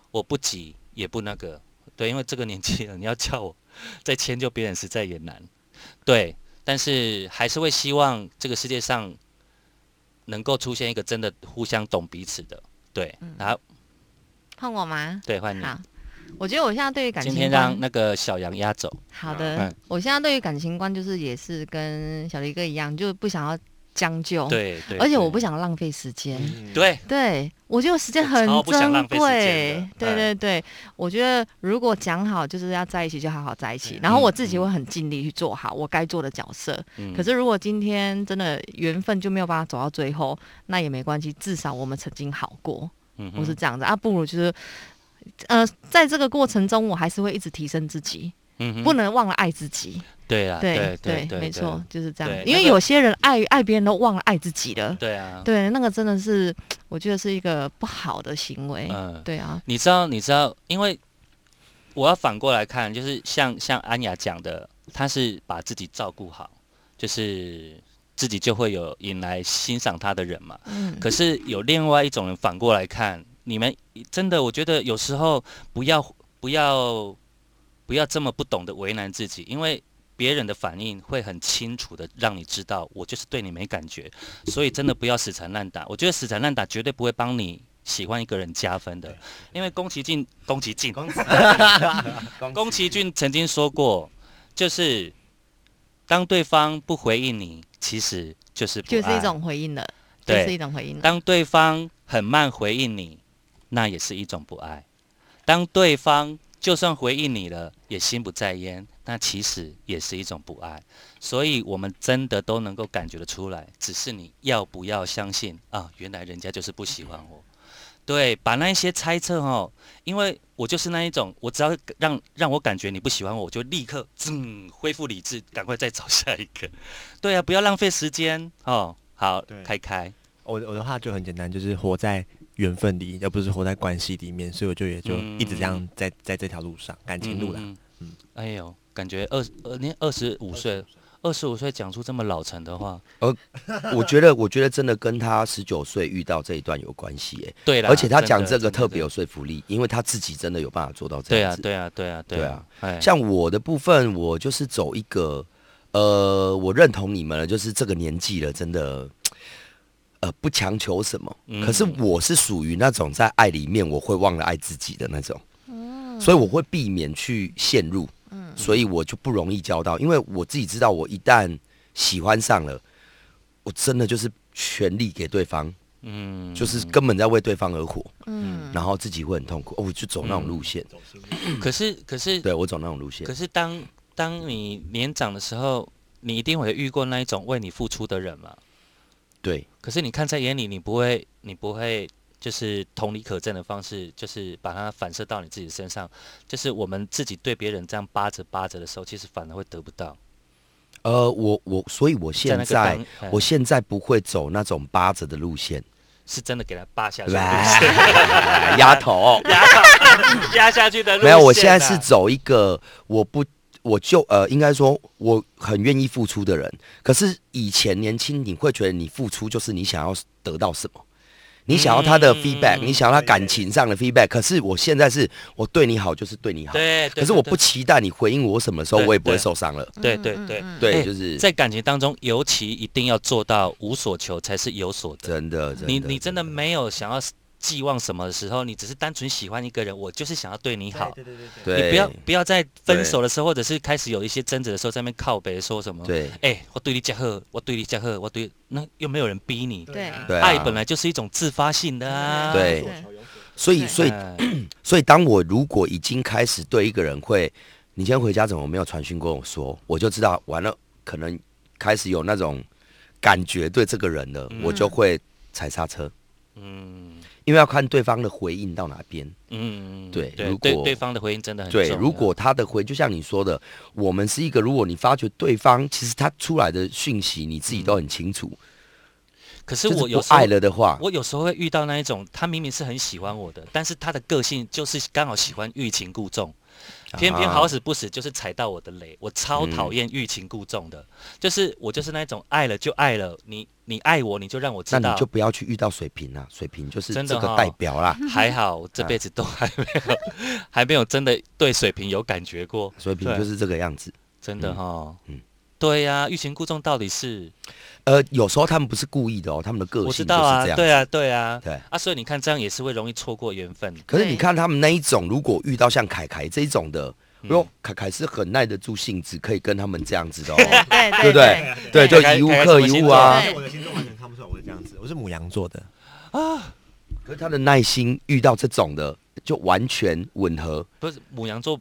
S2: 我不急也不那个，对，因为这个年纪了，你要叫我再迁就别人实在也难，对，但是还是会希望这个世界上能够出现一个真的互相懂彼此的，对，然后
S5: 换我吗？
S2: 对换你，
S5: 嗯好，我觉得我现在对于感
S2: 嗯今
S5: 情
S2: 天
S5: 观
S2: 让那个小杨压走，
S5: 好的，
S2: 嗯
S5: 我现在对于感情观就是也是跟小黎哥一样，就不想要将就，
S2: 对对，
S5: 哦而且
S2: 对
S5: 我不想浪费时间。
S2: 对，
S5: 对，我觉得时间
S2: 我
S5: 很
S2: 超不想
S5: 珍
S2: 浪费时间
S5: 贵
S2: 的。哎
S5: 对对对，我觉得如果讲好就是要在一起，就好好在一起。然后我自己会很尽力去做好我该做的角色。
S2: 嗯
S5: 可是如果今天真的缘分就没有办法走到最后，那也没关系，至少我们曾经好过。
S2: 嗯哼
S5: 我是这样子啊，不如就是，呃，在这个过程中，我还是会一直提升自己，
S2: 嗯哼
S5: 不能忘了爱自己。
S2: 对啊，
S5: 对
S2: 对对，
S5: 没错，，就是这样
S2: 对
S5: 子。因为
S2: 那个
S5: 有些人爱爱别人都忘了爱自己了。
S2: 对啊，
S5: 对，那个真的是，我觉得是一个不好的行为。
S2: 嗯，
S5: 对啊，
S2: 你知道，你知道，因为我要反过来看，就是像像安雅讲的，她是把自己照顾好，就是自己就会有引来欣赏她的人嘛。
S5: 嗯，
S2: 可是有另外一种人反过来看，你们真的，我觉得有时候不要不要不要这么不懂得为难自己，因为别人的反应会很清楚的让你知道，我就是对你没感觉，所以真的不要死缠烂打。我觉得死缠烂打绝对不会帮你喜欢一个人加分的，因为宫崎骏，宫崎骏， 宫崎骏曾经说过，就是当对方不回应你，其实就是不
S5: 就是
S2: 爱
S5: 一种回应了，就
S2: 对
S5: 是一种回应了。
S2: 当对方很慢回应你，那也是一种不爱；当对方就算回应你了，也心不在焉，那其实也是一种不爱。所以，我们真的都能够感觉得出来，只是你要不要相信啊？原来人家就是不喜欢我。对，把那一些猜测哦，因为我就是那一种，我只要让让我感觉你不喜欢我，我就立刻嗯恢复理智，赶快再找下一个。对啊，不要浪费时间哦。好
S4: 对，
S2: 开开。
S4: 我的我的话就很简单，就是活在缘分里，而不是活在关系里面，所以我就也就一直这样在在这条路上，感情路啦。
S2: 嗯
S4: 嗯
S2: 哎呦，感觉二呃，你二十五岁，二十五岁讲出这么老成的话，
S3: 我觉得，我觉得真的跟他十九岁遇到这一段有关系耶，
S2: 对了，
S3: 而且
S2: 真
S3: 他
S2: 的
S3: 讲这个
S2: 真的
S3: 特别有
S2: 真的
S3: 说服力，因为他自己真的有办法做到这
S2: 对
S3: 样
S2: 啊，
S3: 子。
S2: 对啊，对啊，
S3: 对
S2: 啊
S3: 啊，
S2: 哎，
S3: 像我的部分，我就是走一个，呃，我认同你们了，就是这个年纪了，真的，呃，不强求什么。
S2: 嗯
S3: 可是我是属于那种在爱里面我会忘了爱自己的那种，所以我会避免去陷入，所以我就不容易交到，因为我自己知道，我一旦喜欢上了，我真的就是全力给对方，
S2: 嗯，
S3: 就是根本在为对方而活，
S5: 嗯，
S3: 然后自己会很痛苦。哦，我就走那种路线，
S2: 可是可是
S3: 对我走那种路线
S2: 嗯可。是当当你年长的时候，你一定会遇过那一种为你付出的人嘛。
S3: 对，
S2: 可是你看在眼里，你不会，你不会就是同理可证的方式，就是把它反射到你自己身上。就是我们自己对别人这样扒着扒着的时候，其实反而会得不到。
S3: 呃，我我，所以我现
S2: 那个
S3: 在
S2: 当哎
S3: 我现在不会走那种扒着的路线，
S2: 是真的给他扒下去，
S3: 来，丫头，
S2: 压 压下去的路线啊。
S3: 没有，我现在是走一个我不。我就呃，应该说我很愿意付出的人。可是以前年轻，你会觉得你付出就是你想要得到什么，你想要他的
S2: 嗯
S3: feedback，、你想要他感情上的 feedback。可是我现在是我对你好就是对你好，
S2: 对，对
S3: 可是我不嗯期待你回应我什么时候，
S2: 对
S3: 我也不会
S2: 对
S3: 受伤了。
S2: 对对对
S3: 对，
S2: 哎
S3: 就是
S2: 在感情当中，尤其一定要做到无所求才是有所得。
S3: 真的，
S2: 你你真的没有想要寄望什么的时候，你只是单纯喜欢一个人，我就是想要对你好。
S4: 对对对
S3: 对，
S2: 你不要不要在分手的时候，或者是开始有一些争执的时候，在那边靠北说什么？，
S3: 对
S2: 哎，我对你加贺，我对你加贺，我对那又没有人逼你。
S5: 对
S3: 对啊，
S2: 爱本来就是一种自发性的啊。
S3: 对
S5: 对
S3: 所以，所以，
S2: 哎
S3: 所以，当我如果已经开始对一个人会，你今天回家怎么没有传讯跟我说，我就知道完了，可能开始有那种感觉对这个人了，我就会踩刹车。
S2: 嗯
S3: 因为要看对方的回应到哪边。
S2: 嗯，
S3: 对
S2: 对
S3: 如
S2: 对
S3: 果
S2: 对方的回应真的很
S3: 对，
S2: 重要
S3: 如果他的回，就像你说的，我们是一个，如果你发觉对方其实他出来的讯息你自己都很清楚，
S2: 可是
S3: 就
S2: 嗯我
S3: 是
S2: 有
S3: 不
S2: 时候
S3: 爱了的话，
S2: 我有时候会遇到那一种，他明明是很喜欢我的，但是他的个性就是刚好喜欢欲擒故纵，偏偏
S3: 啊嗯
S2: 好死不死就是踩到我的雷。我超讨厌欲擒故纵的，就是我就是那一种爱了就爱了，你你爱我你就让我知
S3: 那
S2: 道
S3: 你就。不要去遇到水瓶啦，水瓶就是
S2: 真的
S3: 这个
S2: 哈
S3: 代表啦。
S2: 还好我这辈子都
S3: 啊
S2: 还没有、 还没有真的对水瓶有感觉过，
S3: 水瓶
S2: 对
S3: 就是这个样子。
S2: 真的
S3: 嗯
S2: 哈、
S3: 嗯
S2: 对呀、欲擒故纵到底是
S3: 呃，有时候他们不是故意的哦，他们的个
S2: 我知
S3: 性就
S2: 道
S3: 是
S2: 啊
S3: 这，样。
S2: 对啊，对啊，
S3: 对
S2: 啊，所以你看这样也是会容易错过缘分。
S3: 可是你
S5: 对
S3: 看他们那一种，如果遇到像凯凯这一种的，如果凯凯是很耐得住性子，可以跟他们这样子的哦。
S5: 对
S3: 对不
S5: 对对
S3: 对对，就
S2: 凯凯
S3: 一物
S2: 凯凯
S3: 克
S2: 什么
S3: 一
S2: 星
S3: 物
S2: 座
S3: 啊。
S4: 哎我的星座完全看不出来我是这样子，我是母羊座的。
S3: 可是他的耐心遇到这种的，就完全吻合。
S2: 不是母羊座，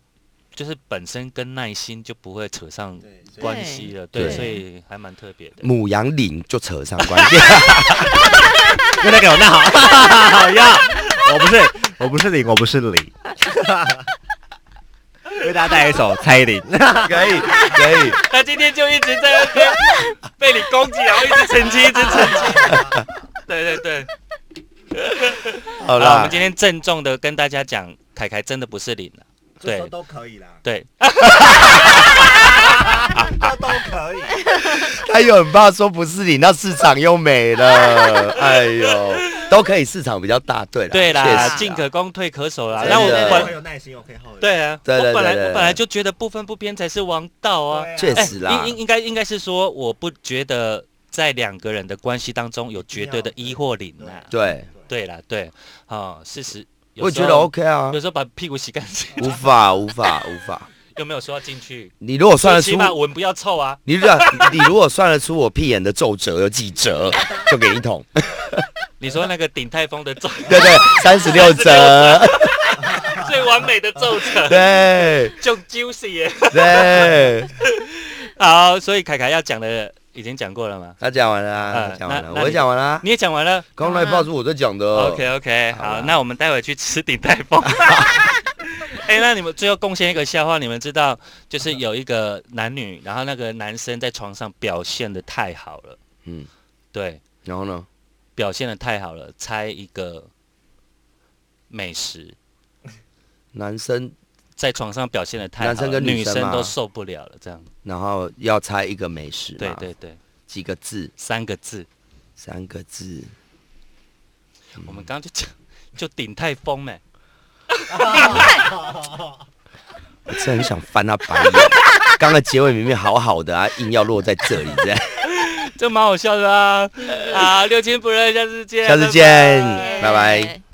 S2: 就是本身跟耐心就不会扯上
S4: 对，
S2: 关系了，
S3: 对
S2: 对，
S3: 对
S2: 所以还蛮特别的。
S3: 母羊领就扯上关系。
S4: 又在给我闹，好呀！我不是，我不是零，我不是零。为大家带一首蔡依林，
S3: 可以，可以。
S2: 他今天就一直在那边被你攻击，然后一直澄清，一直澄清。对对对，
S3: 好
S2: 好我
S3: 啦
S2: 们，今天郑重的跟大家讲，凯凯真的不是零了，对
S4: 都可以啦，
S2: 对，
S4: 这都可以。
S3: 他又很怕说不是你，那市场又没了。哎呦，都可以，市场比较大，对啦，
S2: 对
S3: 确实
S2: 啦，
S3: 啊
S2: 进可攻，退可守啦。
S3: 真
S2: 那我
S3: 的
S2: 本
S4: 有耐心，我可以后
S2: 对啊，
S3: 对对
S2: 我本来
S3: 对对
S2: 我本来就觉得不分不偏才是王道啊。
S3: 确实啦
S2: 应，应应该应该是说，我不觉得在两个人的关系当中有绝对的一或零啊。
S3: 对，
S2: 对啦，对，啊、事实。有
S3: 我
S2: 时
S3: 觉得
S2: 候
S3: OK 啊
S2: 有，时候把屁股洗干净，
S3: 无法，无法，无法。
S2: 又没有说要进去，
S3: 你如 果算
S2: 最起
S3: 得出，
S2: 码闻不要臭啊。
S3: 你 如果你如果算得出我屁眼的皱褶有几折，就给你一桶。
S2: 你说那个鼎泰丰的皱，
S3: 对对，三十六折，
S2: 最完美的皱褶，
S3: 对
S2: 就 juicy 耶。
S3: 对。
S2: 好，所以凯凯要讲的已经讲过了吗？
S3: 他讲完了啊，
S2: 呃
S3: 他讲完了，
S2: 那那
S3: 我也讲完了啊。
S2: 你也讲完了。
S3: 刚刚那一炮是我在讲的。
S2: OK OK，
S3: 呃好
S2: 好，
S3: 啦
S2: 那我们待会去吃鼎泰 丰。 哎、那你们最后贡献一个笑话，你们知道，就是有一个男女，然后那个男生在床上表现的太好了，
S3: 嗯，
S2: 对，
S3: 然后呢？
S2: 表现的太好了，猜一个美食，
S3: 男生，
S2: 在床上表现的太好了，
S3: 男生跟
S2: 女
S3: 女生嘛啊
S2: 都受不了了，这样，
S3: 然后要猜一个美食嘛。
S2: 对对对，
S3: 几个字？
S2: 三个字，
S3: 三个字。嗯
S2: 我们刚刚就讲，就鼎泰丰哎呢、
S3: 我真的很想翻他白眼。刚刚结尾明明好好的啊，硬要落在这里，这样。
S2: 这蛮好笑的啊！啊，六亲不认，下次见，
S3: 下次
S2: 拜拜
S3: 见，拜
S5: 拜
S3: 拜。
S5: 拜。